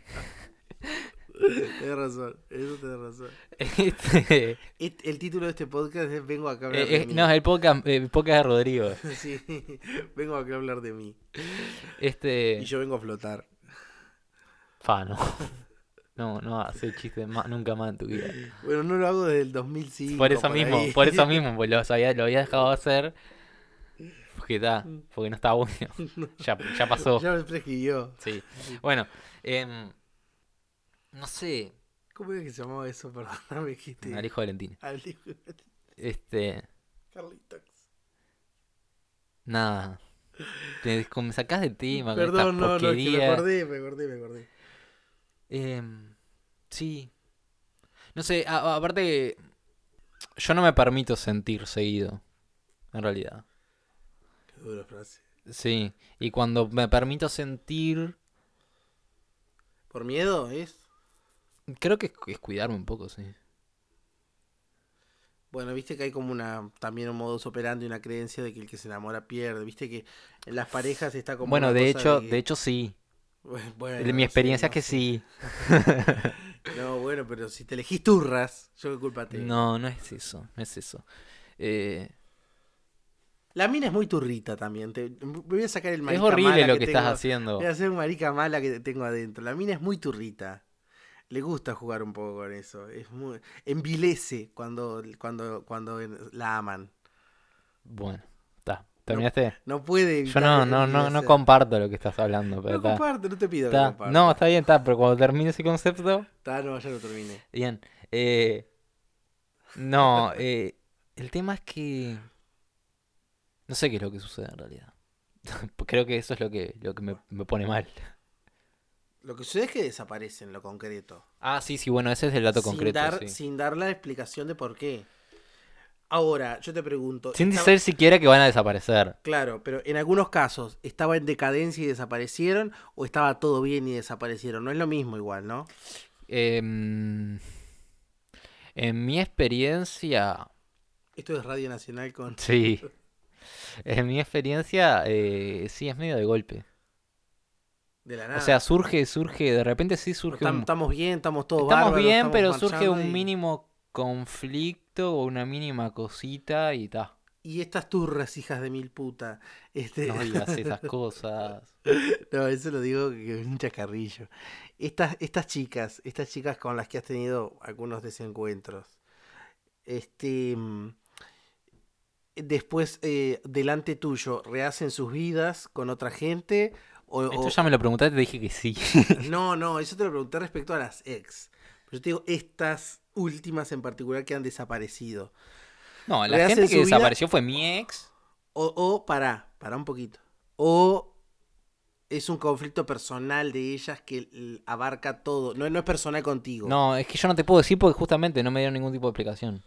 [SPEAKER 2] Tienes razón, eso tenés razón.
[SPEAKER 1] Este, eh,
[SPEAKER 2] Et- El título de este podcast es Vengo acá a hablar de
[SPEAKER 1] eh,
[SPEAKER 2] mí.
[SPEAKER 1] no, el podcast, el podcast de Rodrigo.
[SPEAKER 2] Sí, vengo acá a hablar de mí.
[SPEAKER 1] Este,
[SPEAKER 2] Y yo vengo a flotar.
[SPEAKER 1] fa, no. No, no hace chistes más- nunca más en tu vida.
[SPEAKER 2] Bueno, no lo hago desde el 2005.
[SPEAKER 1] Por eso mismo,
[SPEAKER 2] ahí.
[SPEAKER 1] por eso mismo, pues lo había, lo había dejado de hacer. Porque está, porque no estaba bueno. Ya, ya pasó.
[SPEAKER 2] Ya me prescribió.
[SPEAKER 1] Sí. Bueno, em, no sé.
[SPEAKER 2] ¿Cómo era que se llamaba eso? Perdóname, dijiste.
[SPEAKER 1] Alejo Valentín.
[SPEAKER 2] Alejo.
[SPEAKER 1] Este,
[SPEAKER 2] Carlitos.
[SPEAKER 1] nada. Te des- me sacás de tema con esta
[SPEAKER 2] Perdón, no, no, es que me
[SPEAKER 1] porquería.
[SPEAKER 2] acordé, me acordé, me acordé.
[SPEAKER 1] Em, sí. No sé, a- a- aparte, yo no me permito sentir seguido. En realidad.
[SPEAKER 2] Qué dura frase.
[SPEAKER 1] Sí. Y cuando me permito sentir.
[SPEAKER 2] ¿Por miedo es?
[SPEAKER 1] Creo que es, es cuidarme un poco, sí.
[SPEAKER 2] Bueno, viste que hay como una también un modus operandi, una creencia de que el que se enamora pierde. Viste que en las parejas está como.
[SPEAKER 1] bueno,
[SPEAKER 2] una
[SPEAKER 1] de
[SPEAKER 2] cosa
[SPEAKER 1] hecho,
[SPEAKER 2] que-
[SPEAKER 1] de hecho sí.
[SPEAKER 2] Bueno,
[SPEAKER 1] De mi experiencia es
[SPEAKER 2] no
[SPEAKER 1] que
[SPEAKER 2] sé.
[SPEAKER 1] sí.
[SPEAKER 2] No, bueno, pero si te elegís turras, yo qué culpa tengo.
[SPEAKER 1] No, no es eso, no es eso. Eh,
[SPEAKER 2] La mina es muy turrita también. Te, me voy a sacar el
[SPEAKER 1] es
[SPEAKER 2] marica
[SPEAKER 1] horrible
[SPEAKER 2] mala
[SPEAKER 1] lo que, estás
[SPEAKER 2] tengo-
[SPEAKER 1] haciendo.
[SPEAKER 2] Voy a hacer un marica mala que tengo adentro. La mina es muy turrita. Le gusta jugar un poco con eso. Es muy envilece cuando cuando cuando en- la aman.
[SPEAKER 1] Bueno, está. ¿Terminaste?
[SPEAKER 2] No puede
[SPEAKER 1] Yo
[SPEAKER 2] evitar
[SPEAKER 1] no, no, no, no
[SPEAKER 2] envilecer.
[SPEAKER 1] comparto lo que estás hablando, pero
[SPEAKER 2] No
[SPEAKER 1] está.
[SPEAKER 2] comparto, no te pido
[SPEAKER 1] Está.
[SPEAKER 2] que compartas.
[SPEAKER 1] No, está bien, está, pero cuando termine ese concepto,
[SPEAKER 2] Está, no, ya lo terminé.
[SPEAKER 1] bien. Eh, no, eh, el tema es que no sé qué es lo que sucede en realidad. Creo que eso es lo que, lo que me, me pone mal.
[SPEAKER 2] Lo que sucede es que desaparece en lo concreto.
[SPEAKER 1] Ah, sí, sí, bueno, ese es el dato
[SPEAKER 2] sin,
[SPEAKER 1] concreto.
[SPEAKER 2] dar,
[SPEAKER 1] sí.
[SPEAKER 2] sin dar la explicación de por qué. Ahora, yo te pregunto.
[SPEAKER 1] Sin
[SPEAKER 2] ¿estaba-
[SPEAKER 1] decir siquiera que van a desaparecer.
[SPEAKER 2] Claro, pero en algunos casos, ¿estaba en decadencia y desaparecieron? ¿O estaba todo bien y desaparecieron? No es lo mismo igual, ¿no?
[SPEAKER 1] Em, en mi experiencia,
[SPEAKER 2] Esto es Radio Nacional con...
[SPEAKER 1] sí. En mi experiencia, eh, sí, es medio de golpe.
[SPEAKER 2] De la nada.
[SPEAKER 1] O sea, surge, surge, de repente sí
[SPEAKER 2] No,
[SPEAKER 1] surge
[SPEAKER 2] tam-
[SPEAKER 1] un...
[SPEAKER 2] estamos bien, estamos todos
[SPEAKER 1] Estamos
[SPEAKER 2] bárbaros,
[SPEAKER 1] bien,
[SPEAKER 2] estamos
[SPEAKER 1] pero surge
[SPEAKER 2] marchando
[SPEAKER 1] un
[SPEAKER 2] y-
[SPEAKER 1] mínimo conflicto detallito o una mínima cosita y ta.
[SPEAKER 2] Y estas turras, hijas de mil puta. Este...
[SPEAKER 1] No digas esas cosas.
[SPEAKER 2] No, eso lo digo que es un chacarrillo. Estas, estas chicas, estas chicas con las que has tenido algunos desencuentros. Este. mm, Después, eh, delante tuyo, ¿rehacen sus vidas con otra gente? O,
[SPEAKER 1] Esto
[SPEAKER 2] o-
[SPEAKER 1] ya me lo preguntaste, te dije que sí.
[SPEAKER 2] No, no, eso te lo pregunté respecto a las ex. Pero yo te digo, estas últimas en particular que han desaparecido.
[SPEAKER 1] No, la
[SPEAKER 2] Rehacen
[SPEAKER 1] gente
[SPEAKER 2] su
[SPEAKER 1] que
[SPEAKER 2] vida.
[SPEAKER 1] desapareció fue mi ex.
[SPEAKER 2] O, o pará, pará un poquito. O es un conflicto personal de ellas que l- abarca todo. No, no es personal contigo.
[SPEAKER 1] No, es que yo no te puedo decir porque justamente no me dieron ningún tipo de explicación.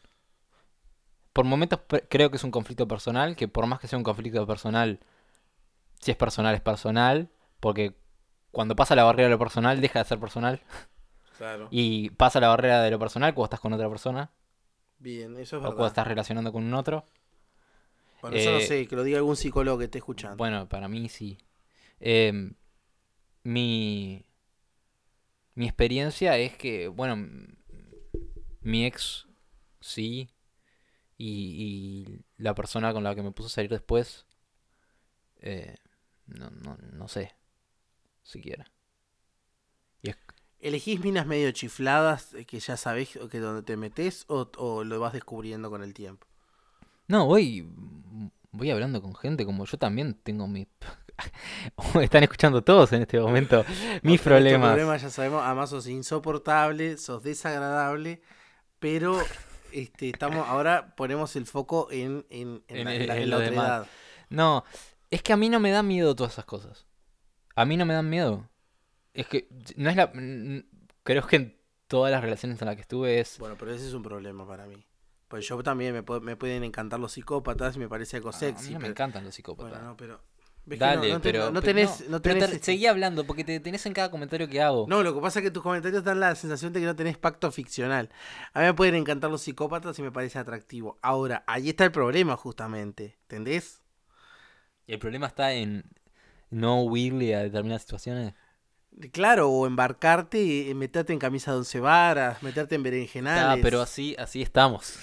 [SPEAKER 1] Por momentos pre- creo que es un conflicto personal, que por más que sea un conflicto personal, si es personal es personal, porque cuando pasa la barrera de lo personal deja de ser personal
[SPEAKER 2] Claro.
[SPEAKER 1] y pasa la barrera de lo personal cuando estás con otra persona
[SPEAKER 2] Bien, eso es
[SPEAKER 1] o cuando
[SPEAKER 2] verdad.
[SPEAKER 1] estás relacionando con un otro.
[SPEAKER 2] Bueno, eso no
[SPEAKER 1] Eh,
[SPEAKER 2] sé, que lo diga algún psicólogo que esté escuchando.
[SPEAKER 1] Bueno, para mí sí. Em, mi, mi experiencia es que, bueno, m- mi ex sí, y, y la persona con la que me puse a salir después, eh, no, no, no sé, siquiera. Y es-
[SPEAKER 2] ¿Elegís minas medio chifladas eh, que ya sabés o que donde te metes o, o lo vas descubriendo con el tiempo?
[SPEAKER 1] No, voy, mm, voy hablando con gente como yo también tengo mis... Están escuchando todos en este momento mis
[SPEAKER 2] Porque nuestro
[SPEAKER 1] problemas.
[SPEAKER 2] este problema ya sabemos, además sos insoportable, sos desagradable, pero este, estamos ahora ponemos el foco en, en, en
[SPEAKER 1] En
[SPEAKER 2] la,
[SPEAKER 1] el-
[SPEAKER 2] en la-
[SPEAKER 1] en
[SPEAKER 2] en la
[SPEAKER 1] lo demás.
[SPEAKER 2] otredad.
[SPEAKER 1] No, es que a mí no me dan miedo todas esas cosas. A mí no me dan miedo. Es que no es la... n- Creo que en todas las relaciones en las que estuve es...
[SPEAKER 2] Bueno, pero ese es un problema para mí. Pues yo también me, pu- me pueden encantar los psicópatas y me parece algo
[SPEAKER 1] Ah, a
[SPEAKER 2] sexy.
[SPEAKER 1] mí no me
[SPEAKER 2] pero-
[SPEAKER 1] encantan los psicópatas.
[SPEAKER 2] Bueno, no, pero. ves que no-
[SPEAKER 1] Dale,
[SPEAKER 2] no, te-
[SPEAKER 1] pero... pero
[SPEAKER 2] no tenés.
[SPEAKER 1] no,
[SPEAKER 2] no
[SPEAKER 1] pero
[SPEAKER 2] tenés
[SPEAKER 1] te-
[SPEAKER 2] este-
[SPEAKER 1] Seguí hablando porque te tenés en cada comentario que hago.
[SPEAKER 2] No, lo que pasa es que tus comentarios dan la sensación de que no tenés pacto ficcional. A mí me pueden encantar los psicópatas y me parece atractivo. Ahora, ahí está el problema justamente, ¿entendés?
[SPEAKER 1] El problema está en no huirle a determinadas situaciones.
[SPEAKER 2] Claro, o embarcarte y meterte en camisa de once varas, meterte en
[SPEAKER 1] Ah,
[SPEAKER 2] berenjenales.
[SPEAKER 1] pero así, así estamos.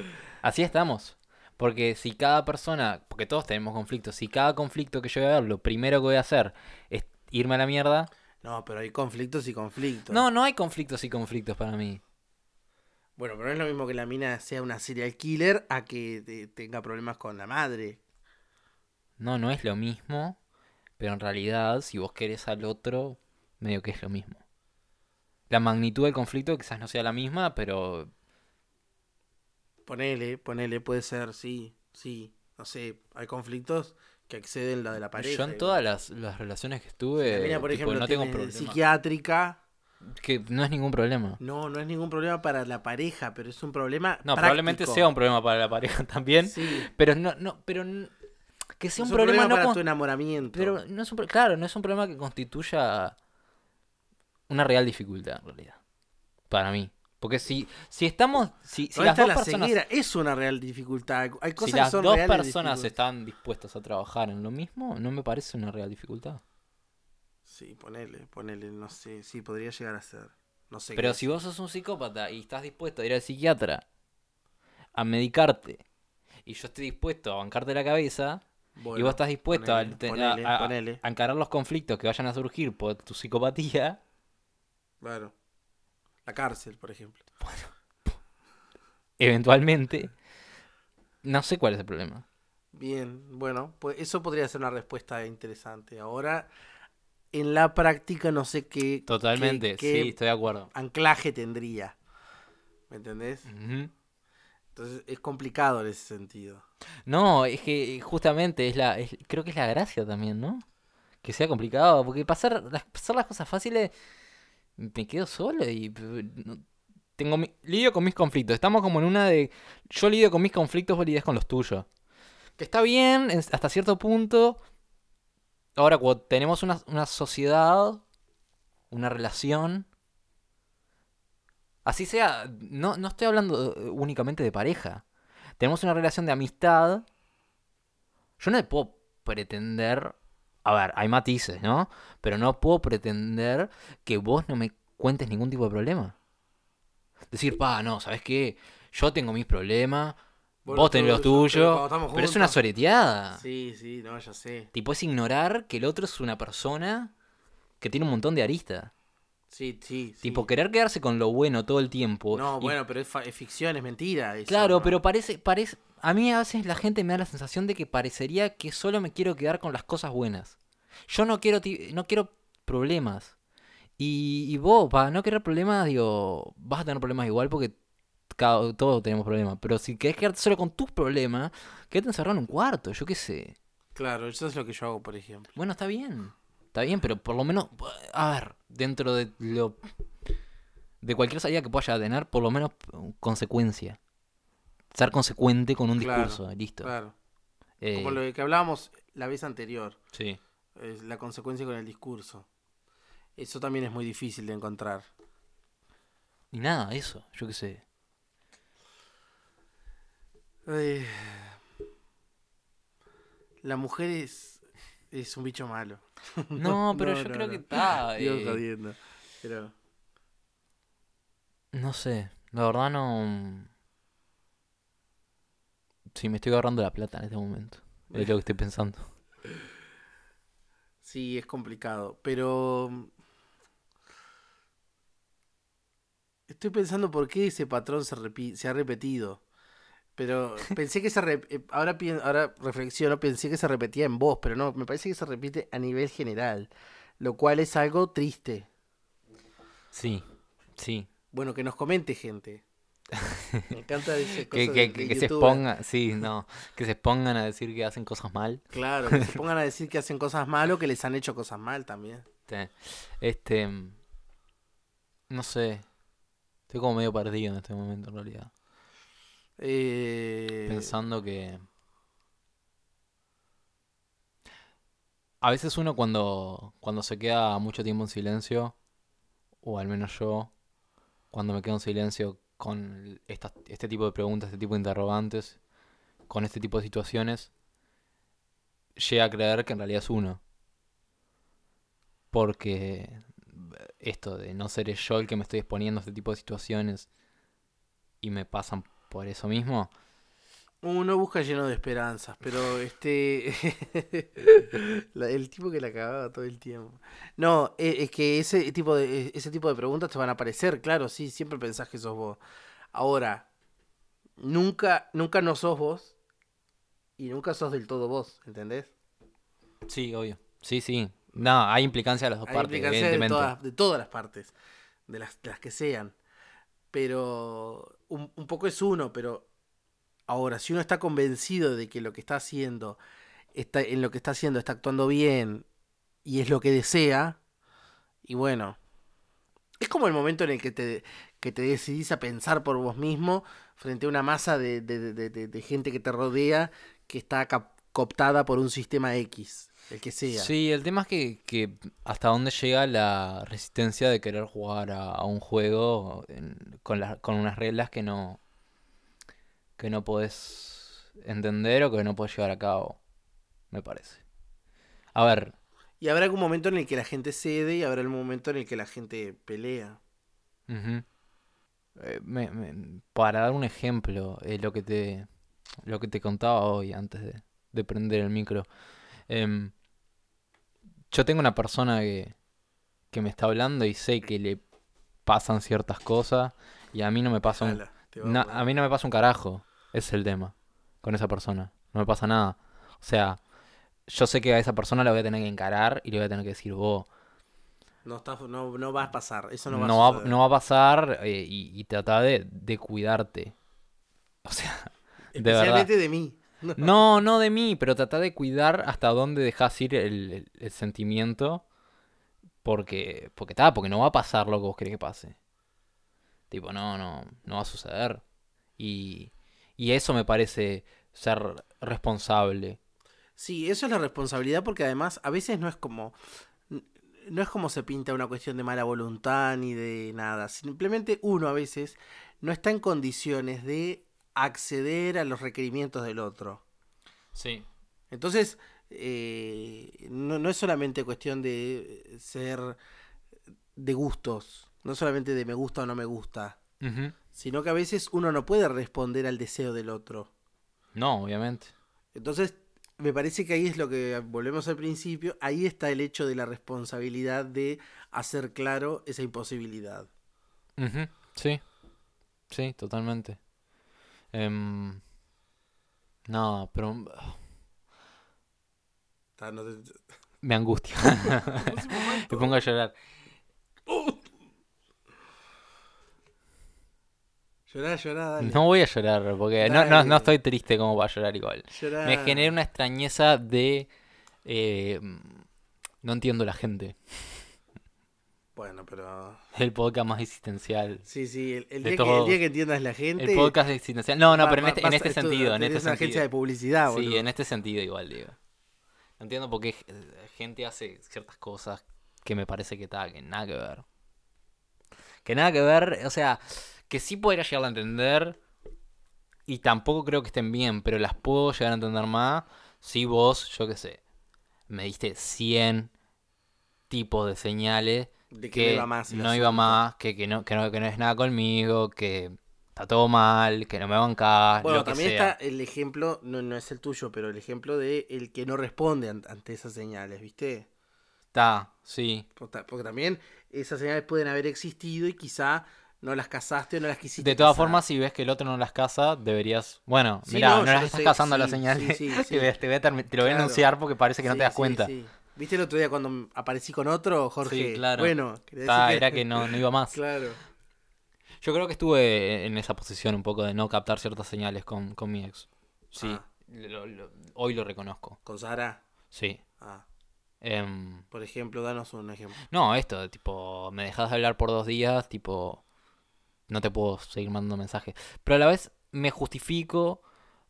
[SPEAKER 1] así estamos. Porque si cada persona, porque todos tenemos conflictos, si cada conflicto que yo voy a ver, lo primero que voy a hacer es irme a la mierda,
[SPEAKER 2] No, pero hay conflictos y conflictos.
[SPEAKER 1] No, no hay conflictos y conflictos para mí.
[SPEAKER 2] Bueno, pero no es lo mismo que la mina sea una serial killer a que te- tenga problemas con la madre.
[SPEAKER 1] No, no es lo mismo. Pero en realidad, si vos querés al otro, medio que es lo mismo. La magnitud del conflicto quizás no sea la misma, pero
[SPEAKER 2] Ponele, ponele, puede ser, sí, sí. No sé, hay conflictos que exceden la de la pareja.
[SPEAKER 1] yo en
[SPEAKER 2] igual.
[SPEAKER 1] todas las, las relaciones que estuve,
[SPEAKER 2] La mina, por
[SPEAKER 1] tipo,
[SPEAKER 2] ejemplo,
[SPEAKER 1] no tengo
[SPEAKER 2] tiene
[SPEAKER 1] problema.
[SPEAKER 2] psiquiátrica.
[SPEAKER 1] Que no es ningún problema.
[SPEAKER 2] No, no es ningún problema para la pareja, pero es un problema.
[SPEAKER 1] No, probablemente sea un problema para la pareja también.
[SPEAKER 2] Sí.
[SPEAKER 1] Pero no, no, pero n- que sea
[SPEAKER 2] es
[SPEAKER 1] un, problema, no
[SPEAKER 2] para
[SPEAKER 1] con-
[SPEAKER 2] tu enamoramiento.
[SPEAKER 1] Pero no es un pro- claro, no es un problema que constituya una real dificultad en realidad. Para mí. Porque si, si estamos. Si, si
[SPEAKER 2] No,
[SPEAKER 1] las
[SPEAKER 2] esta
[SPEAKER 1] dos
[SPEAKER 2] es la
[SPEAKER 1] personas,
[SPEAKER 2] ceguera es una real dificultad. Hay
[SPEAKER 1] si
[SPEAKER 2] cosas
[SPEAKER 1] las
[SPEAKER 2] que son
[SPEAKER 1] dos
[SPEAKER 2] reales
[SPEAKER 1] personas
[SPEAKER 2] dificultades.
[SPEAKER 1] están dispuestas a trabajar en lo mismo, no me parece una real dificultad.
[SPEAKER 2] Sí, ponele, ponele, no sé, sí, podría llegar a ser. No sé.
[SPEAKER 1] Pero
[SPEAKER 2] qué
[SPEAKER 1] si
[SPEAKER 2] es.
[SPEAKER 1] vos sos un psicópata y estás dispuesto a ir al psiquiatra a medicarte, y yo estoy dispuesto a bancarte la cabeza, y
[SPEAKER 2] Bueno,
[SPEAKER 1] vos estás dispuesto a-
[SPEAKER 2] ponele,
[SPEAKER 1] te- a-
[SPEAKER 2] ponele,
[SPEAKER 1] a-
[SPEAKER 2] ponele.
[SPEAKER 1] a encarar los conflictos que vayan a surgir por tu psicopatía,
[SPEAKER 2] Claro. La cárcel, por ejemplo.
[SPEAKER 1] eventualmente, no sé cuál es el problema.
[SPEAKER 2] Bien, bueno, pues eso podría ser una respuesta interesante. Ahora, en la práctica, no sé qué. qué-
[SPEAKER 1] Totalmente,
[SPEAKER 2] qué
[SPEAKER 1] sí, estoy de acuerdo.
[SPEAKER 2] anclaje tendría. ¿Me entendés?
[SPEAKER 1] Ujú.
[SPEAKER 2] Entonces es complicado en ese sentido.
[SPEAKER 1] No, es que eh, justamente es la, es- creo que es la gracia también, ¿no? Que sea complicado, porque pasar las, pasar las cosas fáciles, me quedo solo y p- no- tengo mi- lidio con mis conflictos. Estamos como en una de, yo lidio con mis conflictos, vos lidias con los tuyos. Que está bien en- hasta cierto punto. Ahora, cuando tenemos una, una sociedad, una relación, así sea, no, no estoy hablando eh, únicamente de pareja tenemos una relación de amistad, yo no puedo pretender, a ver, hay matices, ¿no? Pero no puedo pretender que vos no me cuentes ningún tipo de problema. Decir, pa, no, ¿sabes qué? Yo tengo mis problemas, vos,
[SPEAKER 2] Vos los
[SPEAKER 1] tenés los
[SPEAKER 2] tuyos, pero
[SPEAKER 1] tuyos,
[SPEAKER 2] cuando estamos
[SPEAKER 1] pero, es una
[SPEAKER 2] juntos-
[SPEAKER 1] soreteada.
[SPEAKER 2] Sí, sí, no, ya sé.
[SPEAKER 1] Tipo, es ignorar que el otro es una persona que tiene un montón de aristas.
[SPEAKER 2] Sí, sí. sí.
[SPEAKER 1] Tipo, querer quedarse con lo bueno todo el tiempo.
[SPEAKER 2] No,
[SPEAKER 1] y-
[SPEAKER 2] bueno, pero es, fa- es ficción, es mentira. eso,
[SPEAKER 1] Claro,
[SPEAKER 2] ¿no?
[SPEAKER 1] pero parece, parece. A mí a veces la gente me da la sensación de que parecería que solo me quiero quedar con las cosas buenas. Yo no quiero, ti- no quiero problemas. Y, y vos, para no querer problemas, digo, vas a tener problemas igual porque cada- todos tenemos problemas. Pero si querés quedarte solo con tus problemas, quédate encerrado en un cuarto, yo qué sé.
[SPEAKER 2] Claro, eso es lo que yo hago, por ejemplo.
[SPEAKER 1] Bueno, está bien. Está bien, pero por lo menos, a ver, dentro de lo de cualquier salida que pueda tener, por lo menos eh, consecuencia. Ser consecuente con un
[SPEAKER 2] Claro,
[SPEAKER 1] discurso, listo.
[SPEAKER 2] Claro.
[SPEAKER 1] Eh,
[SPEAKER 2] Como lo que hablábamos la vez anterior,
[SPEAKER 1] Sí.
[SPEAKER 2] es la consecuencia con el discurso. Eso también es muy difícil de encontrar.
[SPEAKER 1] Y nada, eso, yo qué sé.
[SPEAKER 2] Eh, La mujer es, es un bicho malo.
[SPEAKER 1] No, pero yo
[SPEAKER 2] no,
[SPEAKER 1] creo
[SPEAKER 2] no.
[SPEAKER 1] que está.
[SPEAKER 2] Digo,
[SPEAKER 1] eh,
[SPEAKER 2] jodiendo. Pero...
[SPEAKER 1] no sé, la verdad no. mm, Sí, me estoy agarrando la plata en este momento. Es lo que estoy pensando.
[SPEAKER 2] Sí, es complicado, pero mm, estoy pensando por qué ese patrón se, repi- se ha repetido. Pero pensé que se re- eh, ahora pien- ahora reflexiono, pensé que se repetía en vos, pero no, me parece que se repite a nivel general, lo cual es algo triste.
[SPEAKER 1] Sí, sí.
[SPEAKER 2] Bueno, que nos comente gente. Me encanta decir
[SPEAKER 1] Que,
[SPEAKER 2] cosas
[SPEAKER 1] que-
[SPEAKER 2] de-
[SPEAKER 1] que-
[SPEAKER 2] de
[SPEAKER 1] que se
[SPEAKER 2] youtuber.
[SPEAKER 1] expongan, sí, no, que se expongan a decir que hacen cosas mal.
[SPEAKER 2] Claro, que se pongan a decir que hacen cosas mal o que les han hecho cosas mal también.
[SPEAKER 1] Este, este, mm, no sé, estoy como medio perdido en este momento en realidad,
[SPEAKER 2] Eh,
[SPEAKER 1] pensando que a veces uno cuando cuando se queda mucho tiempo en silencio, o al menos yo, cuando me quedo en silencio con esta- este tipo de preguntas, este tipo de interrogantes, con este tipo de situaciones, llega a creer que en realidad es uno. Porque esto de no ser yo el que me estoy exponiendo a este tipo de situaciones y me pasan por eso mismo,
[SPEAKER 2] Uno busca lleno de esperanzas, pero este. la- el tipo que la cagaba todo el tiempo. No, eh, es que ese tipo, de, eh, ese tipo de preguntas te van a aparecer, claro, sí, siempre pensás que sos vos. Ahora, nunca, nunca no sos vos y nunca sos del todo vos, ¿entendés?
[SPEAKER 1] sí, obvio. Sí, sí. No, hay implicancia de las dos
[SPEAKER 2] Hay
[SPEAKER 1] partes,
[SPEAKER 2] implicancias de
[SPEAKER 1] evidentemente.
[SPEAKER 2] todas, de todas las partes, de las, de las que sean. Pero un, un poco es uno, pero ahora, si uno está convencido de que lo que está haciendo, está, en lo que está haciendo está actuando bien y es lo que desea, y bueno, es como el momento en el que te, que te decidís a pensar por vos mismo frente a una masa de, de- de- de- de gente que te rodea que está cap- cooptada por un sistema X, el que sea.
[SPEAKER 1] Sí, el tema es que, que hasta dónde llega la resistencia de querer jugar a, a un juego en- con, las- con unas reglas que no, que no podés entender o que no podés llevar a cabo, me parece. A ver,
[SPEAKER 2] Y habrá algún momento en el que la gente cede y habrá el momento en el que la gente pelea.
[SPEAKER 1] Ujú. Eh, me- me- para dar un ejemplo, eh, lo que te lo que te contaba hoy antes de, de prender el micro. Em, yo tengo una persona que, que me está hablando y sé que le pasan ciertas cosas y a mí no me pasa un,
[SPEAKER 2] Ala, te va
[SPEAKER 1] na-
[SPEAKER 2] a poner.
[SPEAKER 1] a mí no me pasa un carajo. Ese es el tema. Con esa persona. No me pasa nada. O sea, yo sé que a esa persona la voy a tener que encarar y le voy a tener que decir, vos,
[SPEAKER 2] No, estás- no, no va a pasar. Eso no va
[SPEAKER 1] no
[SPEAKER 2] a
[SPEAKER 1] va,
[SPEAKER 2] suceder.
[SPEAKER 1] no va a pasar eh, y, y trata de, de cuidarte. O sea, de verdad.
[SPEAKER 2] Especialmente de mí. No.
[SPEAKER 1] no, no de mí, pero trata de cuidar hasta dónde dejas ir el, el- el sentimiento. Porque, porque está, porque no va a pasar lo que vos querés que pase. Tipo, no, no, no va a suceder. Y, y eso me parece ser responsable.
[SPEAKER 2] Sí, eso es la responsabilidad porque además a veces no es como... No es como se pinta una cuestión de mala voluntad ni de nada. Simplemente uno a veces no está en condiciones de acceder a los requerimientos del otro.
[SPEAKER 1] Sí.
[SPEAKER 2] Entonces, eh, no, no es solamente cuestión de ser de gustos, no es solamente de me gusta o no me gusta,
[SPEAKER 1] Ujú.
[SPEAKER 2] sino que a veces uno no puede responder al deseo del otro.
[SPEAKER 1] No, obviamente.
[SPEAKER 2] Entonces, me parece que ahí es lo que volvemos al principio, ahí está el hecho de la responsabilidad de hacer claro esa imposibilidad.
[SPEAKER 1] Ujú, Sí, sí, totalmente. Em, no, pero mm,
[SPEAKER 2] Ta, no te-
[SPEAKER 1] me angustia. Me pongo a llorar.
[SPEAKER 2] Llorá, llorá, dale.
[SPEAKER 1] No voy a llorar porque no, no,
[SPEAKER 2] Dale.
[SPEAKER 1] no estoy triste como para llorar igual.
[SPEAKER 2] Llorá.
[SPEAKER 1] Me genera una extrañeza de... eh, mm, no entiendo la gente.
[SPEAKER 2] Bueno, pero...
[SPEAKER 1] El podcast más existencial.
[SPEAKER 2] Sí, sí, el, el
[SPEAKER 1] De
[SPEAKER 2] día, que, el
[SPEAKER 1] todo.
[SPEAKER 2] día que entiendas la gente...
[SPEAKER 1] El podcast existencial. No, no,
[SPEAKER 2] va-
[SPEAKER 1] pero en
[SPEAKER 2] va-
[SPEAKER 1] este, en
[SPEAKER 2] vas a-
[SPEAKER 1] este
[SPEAKER 2] esto-
[SPEAKER 1] sentido. En
[SPEAKER 2] tenés
[SPEAKER 1] este
[SPEAKER 2] una agencia de
[SPEAKER 1] sentido.
[SPEAKER 2] publicidad,
[SPEAKER 1] Sí,
[SPEAKER 2] boludo.
[SPEAKER 1] en este sentido igual, digo. No entiendo por qué eh, gente hace ciertas cosas que me parece que, ta, que nada que ver. Que nada que ver, o sea, que sí podría llegar a entender y tampoco creo que estén bien, pero las puedo llegar a entender más si vos, yo qué sé, me diste 100 tipos de señales
[SPEAKER 2] De
[SPEAKER 1] que
[SPEAKER 2] que no iba más el
[SPEAKER 1] no iba
[SPEAKER 2] asunto.
[SPEAKER 1] más, que, que, no, que, no, que no es nada conmigo, que está todo mal, que no me bancás,
[SPEAKER 2] Bueno,
[SPEAKER 1] lo que
[SPEAKER 2] también
[SPEAKER 1] sea.
[SPEAKER 2] está el ejemplo, no, no es el tuyo, pero el ejemplo de el que no responde an- ante esas señales, ¿viste?
[SPEAKER 1] Está, sí.
[SPEAKER 2] Por ta- Porque también esas señales pueden haber existido y quizá no las casaste o no las quisiste.
[SPEAKER 1] De todas
[SPEAKER 2] cazar.
[SPEAKER 1] formas, si ves que el otro no las casa, deberías. Bueno,
[SPEAKER 2] Sí,
[SPEAKER 1] mira,
[SPEAKER 2] no,
[SPEAKER 1] no,
[SPEAKER 2] yo
[SPEAKER 1] las
[SPEAKER 2] lo
[SPEAKER 1] estás
[SPEAKER 2] sé,
[SPEAKER 1] cazando
[SPEAKER 2] sí,
[SPEAKER 1] las señales.
[SPEAKER 2] sí, sí, sí.
[SPEAKER 1] Te, voy a- te voy a termi- te lo voy a
[SPEAKER 2] Claro.
[SPEAKER 1] denunciar porque parece que no
[SPEAKER 2] Sí,
[SPEAKER 1] te das
[SPEAKER 2] sí,
[SPEAKER 1] cuenta.
[SPEAKER 2] sí. ¿Viste el otro día cuando m- aparecí con otro, Jorge?
[SPEAKER 1] claro.
[SPEAKER 2] Bueno, quería
[SPEAKER 1] Ta,
[SPEAKER 2] decir
[SPEAKER 1] Era Ah, que no, no iba más.
[SPEAKER 2] Claro.
[SPEAKER 1] Yo creo que estuve en esa posición un poco de no captar ciertas señales con, con mi ex. Sí.
[SPEAKER 2] Ah.
[SPEAKER 1] lo- lo- hoy lo reconozco.
[SPEAKER 2] Con Sara.
[SPEAKER 1] Sí.
[SPEAKER 2] Ah,
[SPEAKER 1] Em,
[SPEAKER 2] por ejemplo, danos un ejemplo.
[SPEAKER 1] no, esto, de tipo, me dejas de hablar por dos días, tipo, no te puedo seguir mandando mensajes. Pero a la vez me justifico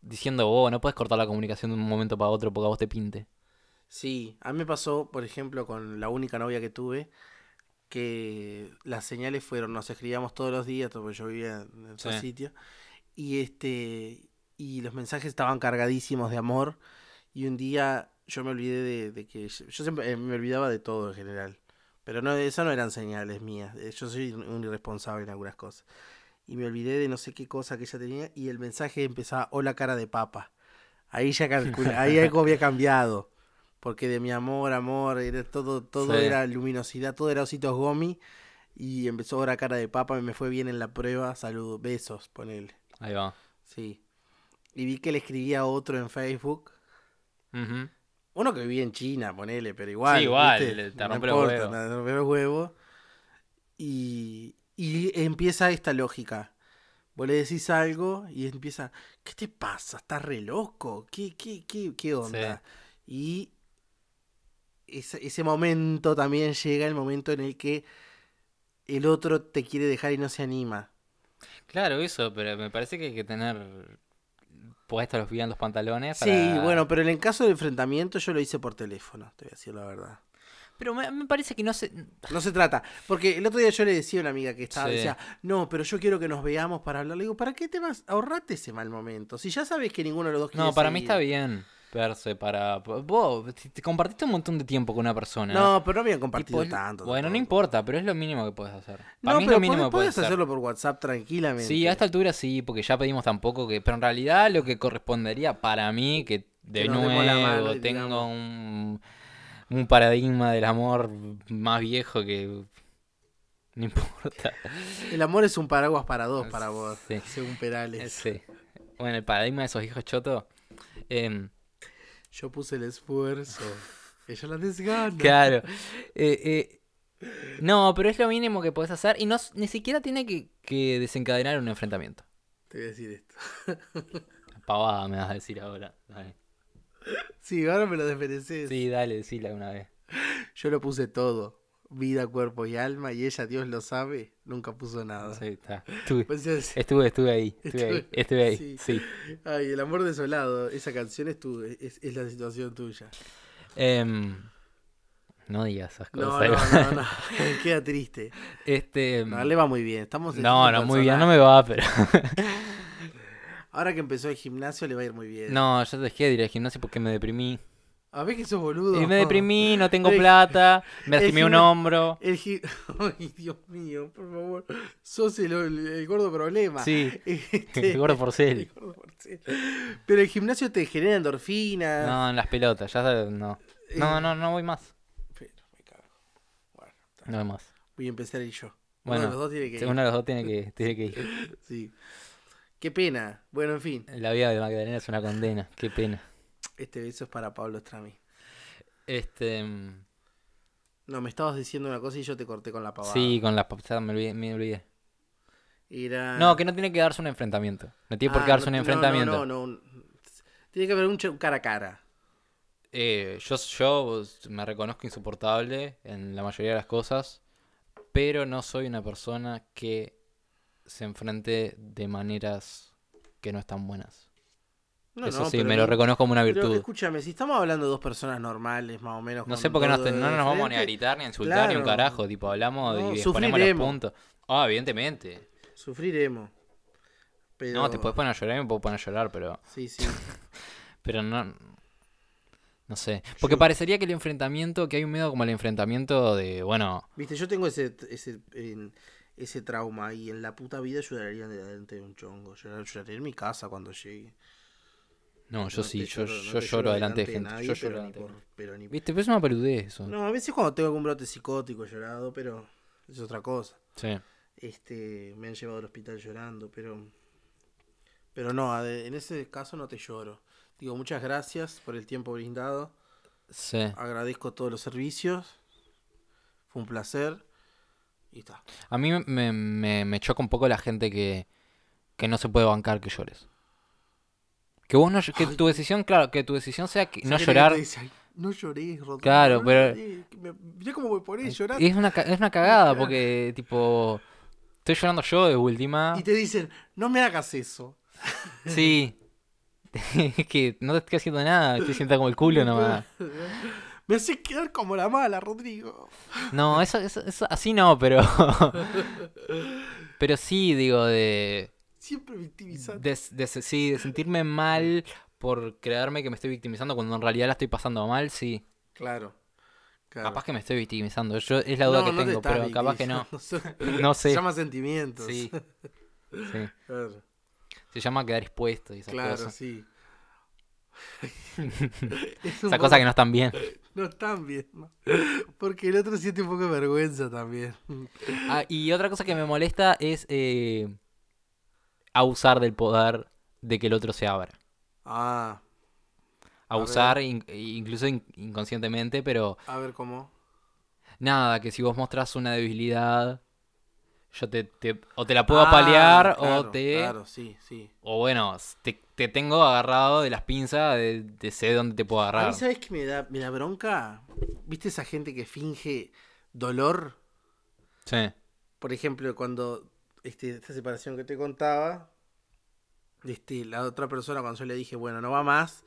[SPEAKER 1] diciendo, oh, no puedes cortar la comunicación de un momento para otro porque a vos te pinte.
[SPEAKER 2] Sí, a mí me pasó, por ejemplo, con la única novia que tuve, que las señales fueron, nos escribíamos todos los días, todo- porque yo vivía en otro
[SPEAKER 1] Sí.
[SPEAKER 2] sitio, y este, y los mensajes estaban cargadísimos de amor, y un día yo me olvidé de, de que, yo siempre eh, me olvidaba de todo en general, pero no, esas no eran señales mías, eh, yo soy un irresponsable en algunas cosas, y me olvidé de no sé qué cosa que ella tenía, y el mensaje empezaba, hola cara de papa, ahí ya calcula, ahí algo había cambiado porque de mi amor, amor, era todo, todo
[SPEAKER 1] Sí.
[SPEAKER 2] era luminosidad, todo era ositos gomi. Y empezó ahora cara de papa, me fue bien en la prueba, saludos, besos, ponele.
[SPEAKER 1] Ahí va.
[SPEAKER 2] Sí. Y vi que le escribía a otro en Facebook. Uno que vivía en China, ponele, pero igual.
[SPEAKER 1] Sí, igual,
[SPEAKER 2] ¿viste?
[SPEAKER 1] le- te
[SPEAKER 2] No
[SPEAKER 1] rompe los
[SPEAKER 2] importa,
[SPEAKER 1] huevos.
[SPEAKER 2] te rompe los huevos. Y, y empieza esta lógica. Vos le decís algo y empieza, ¿qué te pasa? ¿Estás re loco? ¿Qué, qué, qué, qué onda? Y ese, ese momento también llega el momento en el que el otro te quiere dejar y no se anima.
[SPEAKER 1] Claro, eso, pero me parece que hay que tener puestos los pies en los pantalones.
[SPEAKER 2] Sí,
[SPEAKER 1] para-
[SPEAKER 2] bueno, pero en el caso del enfrentamiento yo lo hice por teléfono, te voy a decir la verdad.
[SPEAKER 1] Pero me, me parece que no se.
[SPEAKER 2] No se trata. Porque el otro día yo le decía a una amiga que estaba,
[SPEAKER 1] Sí.
[SPEAKER 2] decía, no, pero yo quiero que nos veamos para hablar. Le digo, ¿para qué te vas? Ahorrate ese mal momento. Si ya sabes que ninguno de los dos quiere
[SPEAKER 1] No, para mí
[SPEAKER 2] salir".
[SPEAKER 1] está bien. Perse, para. Vos, te- te compartiste un montón de tiempo con una persona.
[SPEAKER 2] No, pero no habían compartido
[SPEAKER 1] ¿eh? Tipo, es-
[SPEAKER 2] tanto.
[SPEAKER 1] Bueno, no
[SPEAKER 2] tampoco.
[SPEAKER 1] importa, pero es lo mínimo que puedes hacer. Para
[SPEAKER 2] No,
[SPEAKER 1] mí es
[SPEAKER 2] pero
[SPEAKER 1] lo mínimo
[SPEAKER 2] podés,
[SPEAKER 1] que puedes
[SPEAKER 2] podés
[SPEAKER 1] hacer.
[SPEAKER 2] hacerlo por WhatsApp tranquilamente.
[SPEAKER 1] Sí, a esta altura sí, porque ya pedimos tampoco que. Pero en realidad lo que correspondería para mí, que de
[SPEAKER 2] Que nos
[SPEAKER 1] nuevo
[SPEAKER 2] demos la mano y
[SPEAKER 1] tengo
[SPEAKER 2] digamos.
[SPEAKER 1] un, un paradigma del amor más viejo que. No importa.
[SPEAKER 2] El amor es un paraguas para dos para vos,
[SPEAKER 1] Sí.
[SPEAKER 2] según Perales.
[SPEAKER 1] Sí. Bueno, el paradigma de esos hijos chotos. em,
[SPEAKER 2] Yo puse el esfuerzo. Ella la desgana.
[SPEAKER 1] Claro. Eh, eh, no, pero es lo mínimo que podés hacer y no, s- ni siquiera tiene que, que desencadenar un enfrentamiento.
[SPEAKER 2] Te voy a decir esto.
[SPEAKER 1] Pavada me vas a decir ahora. Dale.
[SPEAKER 2] Sí, ahora me lo desmereces.
[SPEAKER 1] Sí, dale, decila una vez.
[SPEAKER 2] Yo lo puse todo. Vida, cuerpo y alma. Y ella, Dios lo sabe, nunca puso nada.
[SPEAKER 1] Sí, está. Estuve,
[SPEAKER 2] Pues es-
[SPEAKER 1] estuve, estuve ahí. Estuve ahí. Estuve ahí.
[SPEAKER 2] Sí.
[SPEAKER 1] Sí.
[SPEAKER 2] Ay, el amor desolado. Esa canción es, tu, es, es la situación tuya.
[SPEAKER 1] Em, no digas esas
[SPEAKER 2] No,
[SPEAKER 1] cosas.
[SPEAKER 2] no, no, no. Queda triste.
[SPEAKER 1] Este,
[SPEAKER 2] No, le va muy bien. Estamos en
[SPEAKER 1] no,
[SPEAKER 2] este
[SPEAKER 1] no, muy bien, no
[SPEAKER 2] personaje.
[SPEAKER 1] me va, pero.
[SPEAKER 2] Ahora que empezó el gimnasio le va a ir muy bien.
[SPEAKER 1] No, yo te dejé de ir al gimnasio porque me deprimí.
[SPEAKER 2] A ver que sos boludo.
[SPEAKER 1] Y me deprimí, no tengo
[SPEAKER 2] El-
[SPEAKER 1] plata, me
[SPEAKER 2] el
[SPEAKER 1] lastimé un
[SPEAKER 2] gimna-
[SPEAKER 1] hombro.
[SPEAKER 2] El gi- Ay, Dios mío, por favor. Sos el, el- el gordo problema.
[SPEAKER 1] Sí,
[SPEAKER 2] Este,
[SPEAKER 1] el gordo porcel.
[SPEAKER 2] el gordo porcel. Pero el gimnasio te genera endorfinas.
[SPEAKER 1] No, en las pelotas, ya sabes, no.
[SPEAKER 2] Eh.
[SPEAKER 1] No, no, no voy más.
[SPEAKER 2] Pero me cago. Bueno,
[SPEAKER 1] No voy más.
[SPEAKER 2] voy a empezar y yo. Bueno,
[SPEAKER 1] Bueno,
[SPEAKER 2] los dos tiene que ir.
[SPEAKER 1] Uno de los dos tiene que, tiene que ir.
[SPEAKER 2] Sí. Qué pena. Bueno, en fin.
[SPEAKER 1] La vida de Magdalena es una condena, qué pena.
[SPEAKER 2] Este beso es para Pablo Strami.
[SPEAKER 1] Este. mm,
[SPEAKER 2] No, me estabas diciendo una cosa y yo te corté con la pavada.
[SPEAKER 1] Sí, con las papadas me olvidé. Me olvidé.
[SPEAKER 2] Era...
[SPEAKER 1] No, que no tiene que darse un enfrentamiento. No tiene por qué
[SPEAKER 2] Ah,
[SPEAKER 1] darse un
[SPEAKER 2] no, no,
[SPEAKER 1] enfrentamiento.
[SPEAKER 2] No, no, no. Tiene que haber un ch- un cara a cara.
[SPEAKER 1] Eh, yo, yo me reconozco insoportable en la mayoría de las cosas, pero no soy una persona que se enfrente de maneras que no están buenas.
[SPEAKER 2] No,
[SPEAKER 1] Eso
[SPEAKER 2] no,
[SPEAKER 1] sí,
[SPEAKER 2] pero
[SPEAKER 1] me lo
[SPEAKER 2] no-
[SPEAKER 1] reconozco como una
[SPEAKER 2] pero
[SPEAKER 1] virtud.
[SPEAKER 2] escúchame, si estamos hablando de dos personas normales, más o menos.
[SPEAKER 1] No
[SPEAKER 2] con
[SPEAKER 1] sé por qué no,
[SPEAKER 2] todo
[SPEAKER 1] te-
[SPEAKER 2] de
[SPEAKER 1] no nos vamos ni a
[SPEAKER 2] diferente,
[SPEAKER 1] gritar, ni a insultar, ni un
[SPEAKER 2] Claro.
[SPEAKER 1] carajo. Tipo, hablamos
[SPEAKER 2] No,
[SPEAKER 1] y exponemos los
[SPEAKER 2] sufriremos.
[SPEAKER 1] puntos. Ah, evidentemente.
[SPEAKER 2] Sufriremos. Pero...
[SPEAKER 1] No, te puedes poner a llorar, me puedo poner a llorar, pero.
[SPEAKER 2] Sí, sí.
[SPEAKER 1] Pero no. No sé. Porque
[SPEAKER 2] Yo-
[SPEAKER 1] parecería que el enfrentamiento, que hay un miedo como el enfrentamiento de, bueno,
[SPEAKER 2] Viste, yo tengo ese, ese, en- ese trauma y en la puta vida lloraría delante de un chongo. Llorar, lloraré en mi casa cuando llegue.
[SPEAKER 1] No, yo
[SPEAKER 2] No
[SPEAKER 1] sí,
[SPEAKER 2] te
[SPEAKER 1] yo,
[SPEAKER 2] lloro- no
[SPEAKER 1] yo
[SPEAKER 2] te
[SPEAKER 1] lloro delante de gente.
[SPEAKER 2] nadie,
[SPEAKER 1] yo lloro
[SPEAKER 2] pero ni
[SPEAKER 1] delante de gente.
[SPEAKER 2] por- pero ni-
[SPEAKER 1] Viste, pero es una peludez eso.
[SPEAKER 2] No, a veces cuando tengo algún brote psicótico he llorado, pero es otra cosa.
[SPEAKER 1] Sí.
[SPEAKER 2] Este, me han llevado al hospital llorando, pero pero no, a- en ese caso no te lloro. Digo, muchas gracias por el tiempo brindado.
[SPEAKER 1] Sí.
[SPEAKER 2] Agradezco todos los servicios. Fue un placer. Y está.
[SPEAKER 1] A mí me- me, me, me choca un poco la gente que, que no se puede bancar que llores. Que vos no ll- que tu decisión, claro, que tu decisión sea que no
[SPEAKER 2] ¿Sabés lo que
[SPEAKER 1] llorar.
[SPEAKER 2] te dice? Ay, No lloré, Rodrigo.
[SPEAKER 1] Claro,
[SPEAKER 2] no
[SPEAKER 1] pero-
[SPEAKER 2] lloré, que me- Mirá cómo me ponés llorar.
[SPEAKER 1] Es una, ca- es una cagada porque tipo estoy llorando yo de última.
[SPEAKER 2] Y te dicen, no me hagas eso.
[SPEAKER 1] Sí. Es que no te estoy haciendo nada, estoy sienta como el culo nomás.
[SPEAKER 2] Me haces quedar como la mala, Rodrigo.
[SPEAKER 1] No, eso, eso- eso- así no, pero pero sí digo de
[SPEAKER 2] Siempre victimizando.
[SPEAKER 1] de, de se- sí, de sentirme mal por creerme que me estoy victimizando cuando en realidad la estoy pasando mal, sí.
[SPEAKER 2] Claro. claro.
[SPEAKER 1] Capaz que me estoy victimizando. Yo es la duda que
[SPEAKER 2] te
[SPEAKER 1] tengo,
[SPEAKER 2] estás
[SPEAKER 1] pero capaz que no.
[SPEAKER 2] victimizando.
[SPEAKER 1] No sé.
[SPEAKER 2] Se llama sentimientos.
[SPEAKER 1] Sí. Sí.
[SPEAKER 2] Claro,
[SPEAKER 1] Se llama quedar expuesto y esas
[SPEAKER 2] claro,
[SPEAKER 1] cosas.
[SPEAKER 2] sí.
[SPEAKER 1] Esas cosas que no están bien.
[SPEAKER 2] no están bien. ¿no? Porque el otro siente un poco de vergüenza también.
[SPEAKER 1] Ah, y otra cosa que me molesta es eh, abusar del poder de que el otro se abra.
[SPEAKER 2] Ah,
[SPEAKER 1] Abusar in- incluso in- inconscientemente, pero
[SPEAKER 2] a ver cómo.
[SPEAKER 1] Nada, que si vos mostrás una debilidad, yo te, te- o te la puedo
[SPEAKER 2] Ah,
[SPEAKER 1] apalear
[SPEAKER 2] claro,
[SPEAKER 1] o te...
[SPEAKER 2] Claro, sí, sí.
[SPEAKER 1] O bueno, s- te, te tengo agarrado de las pinzas, de, de sé dónde te puedo
[SPEAKER 2] A
[SPEAKER 1] agarrar.
[SPEAKER 2] mí, ¿sabes qué me da, me da bronca? ¿Viste esa gente que finge dolor?
[SPEAKER 1] Sí.
[SPEAKER 2] Por ejemplo, cuando este, esta separación que te contaba, este, la otra persona cuando yo le dije, bueno, no va más,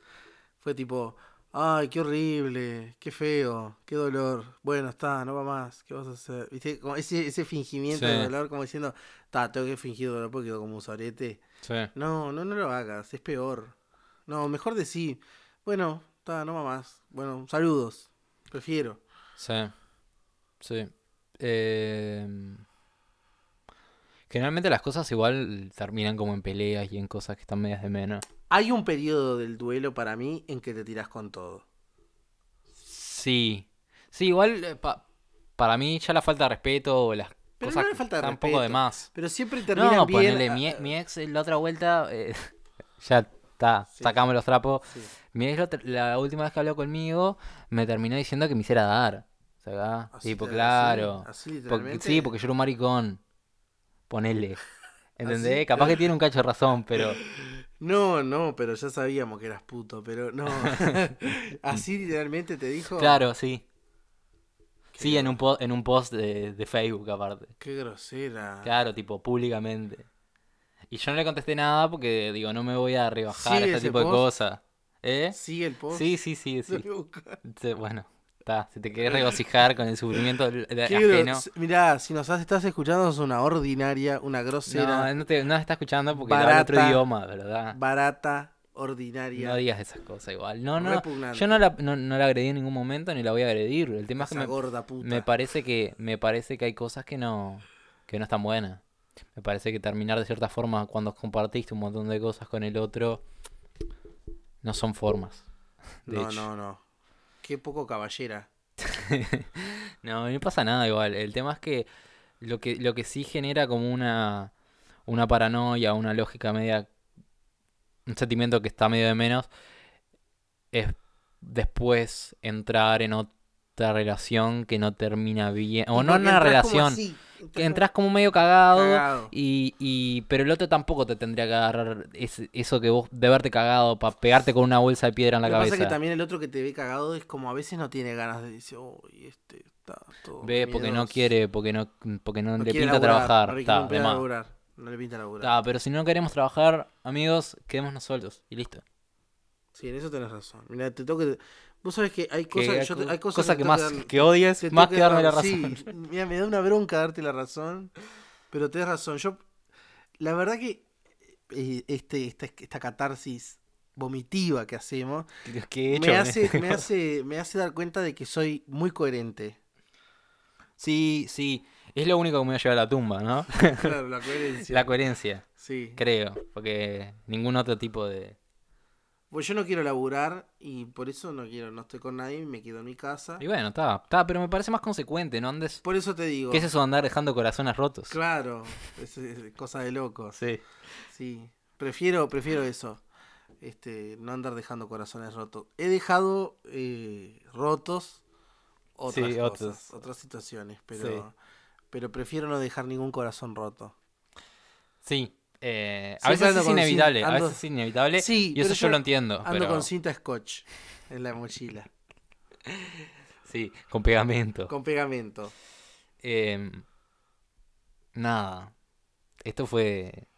[SPEAKER 2] fue tipo, ay, qué horrible, qué feo, qué dolor, bueno, está, no va más, ¿qué vas a hacer? ¿Viste? Como ese, ese fingimiento
[SPEAKER 1] Sí.
[SPEAKER 2] de dolor, como diciendo, está, tengo que fingir dolor porque quedo como un sorete.
[SPEAKER 1] Sí.
[SPEAKER 2] No, no, no lo hagas, es peor. No, mejor decir, bueno, está, no va más, bueno, saludos, prefiero.
[SPEAKER 1] Sí. Sí. Eh, Generalmente las cosas igual terminan como en peleas y en cosas que están medias de menos.
[SPEAKER 2] Hay un periodo del duelo para mí en que te tirás con todo.
[SPEAKER 1] Sí. Sí, igual eh, pa- para mí ya la falta de respeto o las
[SPEAKER 2] Pero
[SPEAKER 1] cosas
[SPEAKER 2] no
[SPEAKER 1] que
[SPEAKER 2] es falta de
[SPEAKER 1] están un poco de
[SPEAKER 2] respeto.
[SPEAKER 1] más.
[SPEAKER 2] Pero siempre terminan
[SPEAKER 1] no,
[SPEAKER 2] bien.
[SPEAKER 1] ponele,
[SPEAKER 2] ah,
[SPEAKER 1] mi,
[SPEAKER 2] ah,
[SPEAKER 1] mi ex eh, la otra vuelta, eh, ya está,
[SPEAKER 2] Sí.
[SPEAKER 1] sacamos los trapos.
[SPEAKER 2] sí.
[SPEAKER 1] Mi ex la otra- la última vez que habló conmigo me terminó diciendo que me hiciera dar. O sea, acá,
[SPEAKER 2] Así
[SPEAKER 1] tipo,
[SPEAKER 2] Ah, te- ah,
[SPEAKER 1] claro.
[SPEAKER 2] así- así
[SPEAKER 1] Porque-
[SPEAKER 2] literalmente.
[SPEAKER 1] sí, porque yo era un maricón. Ponele. ¿Entendés?
[SPEAKER 2] Así.
[SPEAKER 1] Capaz que tiene un cacho de razón, pero
[SPEAKER 2] No, no, pero ya sabíamos que eras puto, pero no. así literalmente te dijo.
[SPEAKER 1] claro, sí. Sí,
[SPEAKER 2] Qué
[SPEAKER 1] en un, po- en un post de, de Facebook aparte.
[SPEAKER 2] Qué grosera.
[SPEAKER 1] Claro, tipo, públicamente. Y yo no le contesté nada porque, digo, no me voy a rebajar a
[SPEAKER 2] ¿Sigue
[SPEAKER 1] este
[SPEAKER 2] ese
[SPEAKER 1] tipo de
[SPEAKER 2] post?
[SPEAKER 1] cosas. ¿Eh?
[SPEAKER 2] Sigue el post.
[SPEAKER 1] Sí, sí, sí,
[SPEAKER 2] Lo
[SPEAKER 1] sí.
[SPEAKER 2] voy a buscar.
[SPEAKER 1] Sí, Bueno, está. Si te querés regocijar con el sufrimiento del- del
[SPEAKER 2] Qué
[SPEAKER 1] ajeno.
[SPEAKER 2] gros- Mirá, si nos has- estás escuchando, es una ordinaria, una
[SPEAKER 1] No,
[SPEAKER 2] grosera,
[SPEAKER 1] no te no está escuchando porque habla otro
[SPEAKER 2] Barata.
[SPEAKER 1] idioma, ¿verdad?
[SPEAKER 2] barata, ordinaria.
[SPEAKER 1] No digas esas cosas igual. No, no.
[SPEAKER 2] Repugnante.
[SPEAKER 1] Yo no la, no, no la agredí en ningún momento ni la voy a agredir. El tema es que
[SPEAKER 2] esa
[SPEAKER 1] me,
[SPEAKER 2] gorda puta.
[SPEAKER 1] me parece que me parece que hay cosas que no que no están buenas. Me parece que terminar de cierta forma cuando compartiste un montón de cosas con el otro no son formas. De
[SPEAKER 2] no,
[SPEAKER 1] hecho.
[SPEAKER 2] no, no. Qué poco caballera.
[SPEAKER 1] No, no pasa nada igual. El tema es que lo que, lo que sí genera como una, una paranoia, una lógica media, un sentimiento que está medio de menos, es después entrar en otra relación que no termina bien. O no en una relación, que entras como medio cagado.
[SPEAKER 2] cagado.
[SPEAKER 1] Y, y- pero el otro tampoco te tendría que agarrar ese- eso que vos de haberte cagado para pegarte con una bolsa de piedra en la
[SPEAKER 2] Lo que
[SPEAKER 1] cabeza.
[SPEAKER 2] pasa es que también el otro que te ve cagado es como a veces no tiene ganas de decir, uy, este está todo.
[SPEAKER 1] Ve, porque no
[SPEAKER 2] miedoso".
[SPEAKER 1] quiere, porque no, porque no, le
[SPEAKER 2] quiere
[SPEAKER 1] pinta
[SPEAKER 2] laburar,
[SPEAKER 1] trabajar.
[SPEAKER 2] no le
[SPEAKER 1] Ta,
[SPEAKER 2] pinta
[SPEAKER 1] de más.
[SPEAKER 2] laburar, No le pinta laburar.
[SPEAKER 1] Ta, pero si no queremos trabajar, amigos, quedémonos solos y listo.
[SPEAKER 2] Sí, en eso tenés razón. Mira, te tengo que. Vos sabés que hay
[SPEAKER 1] Que
[SPEAKER 2] cosas que
[SPEAKER 1] hay
[SPEAKER 2] yo
[SPEAKER 1] co-
[SPEAKER 2] te- hay cosas
[SPEAKER 1] cosa
[SPEAKER 2] te
[SPEAKER 1] que
[SPEAKER 2] tengo
[SPEAKER 1] más
[SPEAKER 2] dar-
[SPEAKER 1] que odies,
[SPEAKER 2] te
[SPEAKER 1] más
[SPEAKER 2] tengo
[SPEAKER 1] que darme la
[SPEAKER 2] dar-
[SPEAKER 1] razón.
[SPEAKER 2] Sí, mira, me da una bronca darte la razón, pero tenés razón. Yo, la verdad que eh, este, esta, esta catarsis vomitiva que hacemos
[SPEAKER 1] Dios, ¿qué he hecho
[SPEAKER 2] me,
[SPEAKER 1] con
[SPEAKER 2] hace,
[SPEAKER 1] esto?
[SPEAKER 2] me, hace, me hace dar cuenta de que soy muy coherente.
[SPEAKER 1] Sí, sí. Es lo único que me va a llevar a la tumba, ¿no?
[SPEAKER 2] Claro, la coherencia.
[SPEAKER 1] La coherencia,
[SPEAKER 2] Sí.
[SPEAKER 1] creo. Porque ningún otro tipo de.
[SPEAKER 2] Pues yo no quiero laburar y por eso no quiero, no estoy con nadie, me quedo en mi casa.
[SPEAKER 1] Y bueno, está, está, pero me parece más consecuente, ¿no andes?
[SPEAKER 2] Por eso te digo.
[SPEAKER 1] ¿Qué es eso de andar dejando corazones rotos?
[SPEAKER 2] Claro, es, es cosa de locos.
[SPEAKER 1] Sí.
[SPEAKER 2] Sí, prefiero, prefiero eso. Este, no andar dejando corazones rotos. He dejado eh, rotos otras
[SPEAKER 1] Sí,
[SPEAKER 2] cosas,
[SPEAKER 1] otros.
[SPEAKER 2] otras situaciones, pero, pero prefiero no dejar ningún corazón roto.
[SPEAKER 1] Sí. eh, a
[SPEAKER 2] Siempre
[SPEAKER 1] veces
[SPEAKER 2] ando
[SPEAKER 1] es
[SPEAKER 2] con cin-
[SPEAKER 1] inevitable, a
[SPEAKER 2] ando-
[SPEAKER 1] veces es inevitable.
[SPEAKER 2] Sí,
[SPEAKER 1] y eso
[SPEAKER 2] pero
[SPEAKER 1] yo
[SPEAKER 2] yo
[SPEAKER 1] lo entiendo.
[SPEAKER 2] Ando
[SPEAKER 1] pero-
[SPEAKER 2] con cinta scotch en la mochila,
[SPEAKER 1] Sí, con pegamento.
[SPEAKER 2] con pegamento.
[SPEAKER 1] Em, nada. Esto fue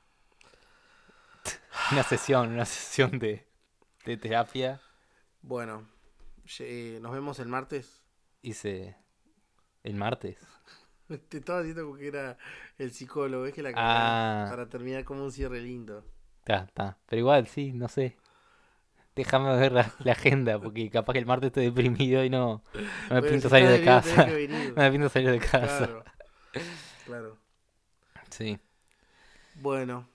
[SPEAKER 1] una sesión, una sesión de, de terapia.
[SPEAKER 2] Bueno, ye- eh, nos vemos el martes.
[SPEAKER 1] Hice el martes.
[SPEAKER 2] Te estaba diciendo como que era el psicólogo, es que la
[SPEAKER 1] Ah.
[SPEAKER 2] para terminar como un cierre lindo.
[SPEAKER 1] Ta, ta. Pero igual, sí, no sé. Déjame ver la, la agenda, porque capaz que el martes estoy deprimido y no, no me
[SPEAKER 2] Bueno,
[SPEAKER 1] pinto
[SPEAKER 2] si
[SPEAKER 1] salir
[SPEAKER 2] estás
[SPEAKER 1] de
[SPEAKER 2] debido, tenés
[SPEAKER 1] casa.
[SPEAKER 2] que venir.
[SPEAKER 1] No me pinto salir de casa.
[SPEAKER 2] Claro. Claro.
[SPEAKER 1] Sí.
[SPEAKER 2] Bueno.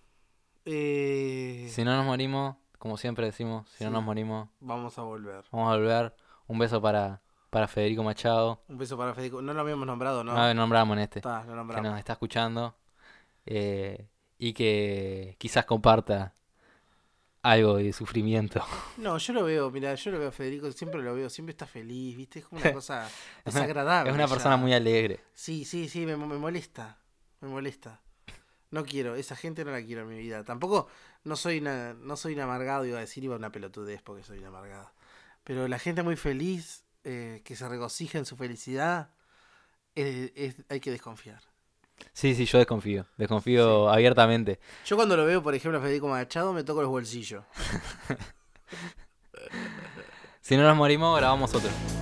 [SPEAKER 2] eh,
[SPEAKER 1] Si no nos morimos, como siempre decimos, si no
[SPEAKER 2] Sí.
[SPEAKER 1] nos morimos,
[SPEAKER 2] Vamos a volver.
[SPEAKER 1] vamos a volver. Un beso para, para Federico Machado.
[SPEAKER 2] Un beso para Federico. No lo habíamos nombrado, ¿no?
[SPEAKER 1] No, lo nombramos en este.
[SPEAKER 2] Está, lo
[SPEAKER 1] que
[SPEAKER 2] nombramos.
[SPEAKER 1] nos está escuchando eh, y que quizás comparta algo de sufrimiento.
[SPEAKER 2] No, yo lo veo, mira, yo lo veo a Federico, siempre lo veo, siempre está feliz, ¿viste? Es como una cosa desagradable.
[SPEAKER 1] es una
[SPEAKER 2] ya.
[SPEAKER 1] persona muy alegre.
[SPEAKER 2] Sí, sí, sí, me, me molesta. Me molesta. No quiero, esa gente no la quiero en mi vida. Tampoco no soy una, no soy un amargado, iba a decir, iba a una pelotudez porque soy un amargado. Pero la gente muy feliz, eh, que se regocija en su felicidad, eh, es- hay que desconfiar.
[SPEAKER 1] Sí, sí, yo desconfío. Desconfío abiertamente.
[SPEAKER 2] Yo cuando lo veo, por ejemplo, a Federico Machado, me toco los bolsillos.
[SPEAKER 1] Si no nos morimos, grabamos otro.